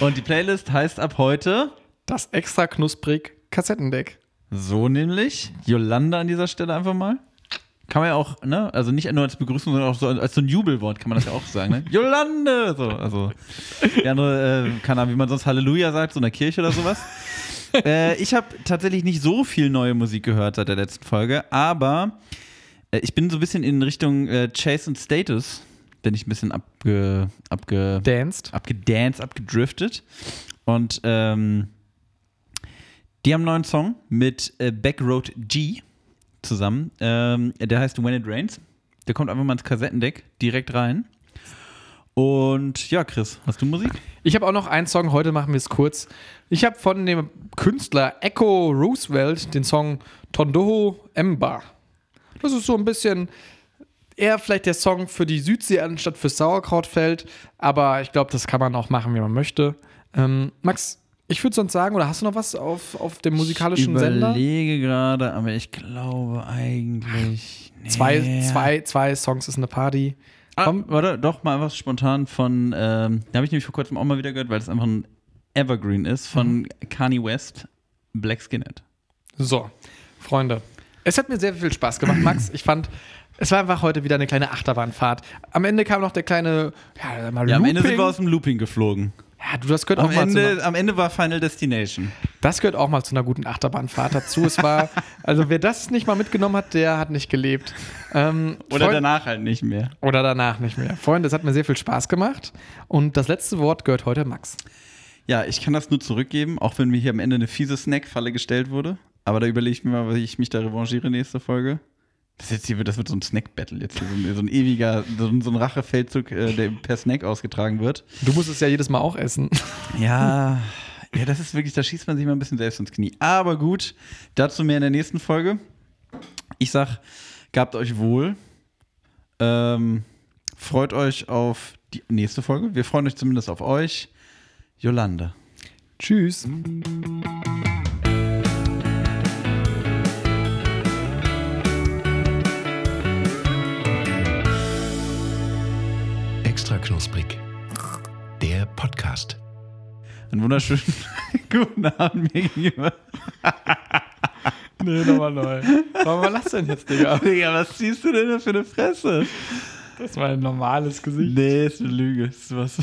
Und die Playlist heißt ab heute Das extra knusprig Kassettendeck. so nämlich Jolanda an dieser Stelle einfach mal. Kann man ja auch, ne, also nicht nur als Begrüßung, sondern auch so als so ein Jubelwort kann man das ja auch sagen, ne? Jolande! So, also. Die andere, äh, keine Ahnung, wie man sonst Halleluja sagt, so in der Kirche oder sowas. äh, ich habe tatsächlich nicht so viel neue Musik gehört seit der letzten Folge, aber äh, ich bin so ein bisschen in Richtung äh, Chase und Status, bin ich ein bisschen abge, abge, Danced. abgedanced, abgedriftet. Und ähm, die haben einen neuen Song mit äh, Backroad G zusammen. Ähm, der heißt When It Rains. Der kommt einfach mal ins Kassettendeck direkt rein. Und ja, Chris, hast du Musik? Ich habe auch noch einen Song, heute machen wir es kurz. Ich habe von dem Künstler Echo Roosevelt den Song Tondoho Ember. Das ist so ein bisschen eher vielleicht der Song für die Südsee anstatt für Sauerkrautfeld, aber ich glaube, das kann man auch machen, wie man möchte. Ähm, Max, ich würde sonst sagen, oder hast du noch was auf, auf dem musikalischen Sender? überlege gerade, aber ich glaube eigentlich. Zwei, zwei, zwei Songs ist eine Party. Ah, Komm, warte, doch mal was spontan von, ähm, da habe ich nämlich vor kurzem auch mal wieder gehört, weil es einfach ein Evergreen ist, Mhm. von Kanye West, Black Skinhead. So, Freunde, es hat mir sehr viel Spaß gemacht, Max. Ich fand, es war einfach heute wieder eine kleine Achterbahnfahrt. Am Ende kam noch der kleine, ja, sag mal, Ja, am Looping. Ende sind wir aus dem Looping geflogen. ja, du, das gehört Am auch mal zu. Ende, am Ende war Final Destination. Das gehört auch mal zu einer guten Achterbahnfahrt dazu. Es war, also wer das nicht mal mitgenommen hat, der hat nicht gelebt. Ähm, Oder Freund- danach halt nicht mehr. oder danach nicht mehr. Freunde, es hat mir sehr viel Spaß gemacht. Und das letzte Wort gehört heute Max. Ja, ich kann das nur zurückgeben, auch wenn mir hier am Ende eine fiese Snackfalle gestellt wurde. Aber da überlege ich mir mal, was ich mich da revanchiere nächste Folge. Das ist jetzt hier wird, das wird so ein Snack-Battle jetzt hier, so ein, so ein ewiger, so ein, so ein Rachefeldzug, äh, der per Snack ausgetragen wird. Du musst es ja jedes Mal auch essen. Ja, ja, das ist wirklich, da schießt man sich mal ein bisschen selbst ins Knie. Aber gut, dazu mehr in der nächsten Folge. Ich sag, gabt euch wohl. Ähm, freut euch auf die nächste Folge. Wir freuen euch zumindest auf euch. Jolande. Tschüss. Extra knusprig. Der Podcast. Einen wunderschönen guten Abend mir gegenüber. Nee, nochmal neu. Warum lachst du denn jetzt, Digga? Digga, was ziehst du denn da für eine Fresse? Das war ein normales Gesicht. Nee, ist eine Lüge. Ist was.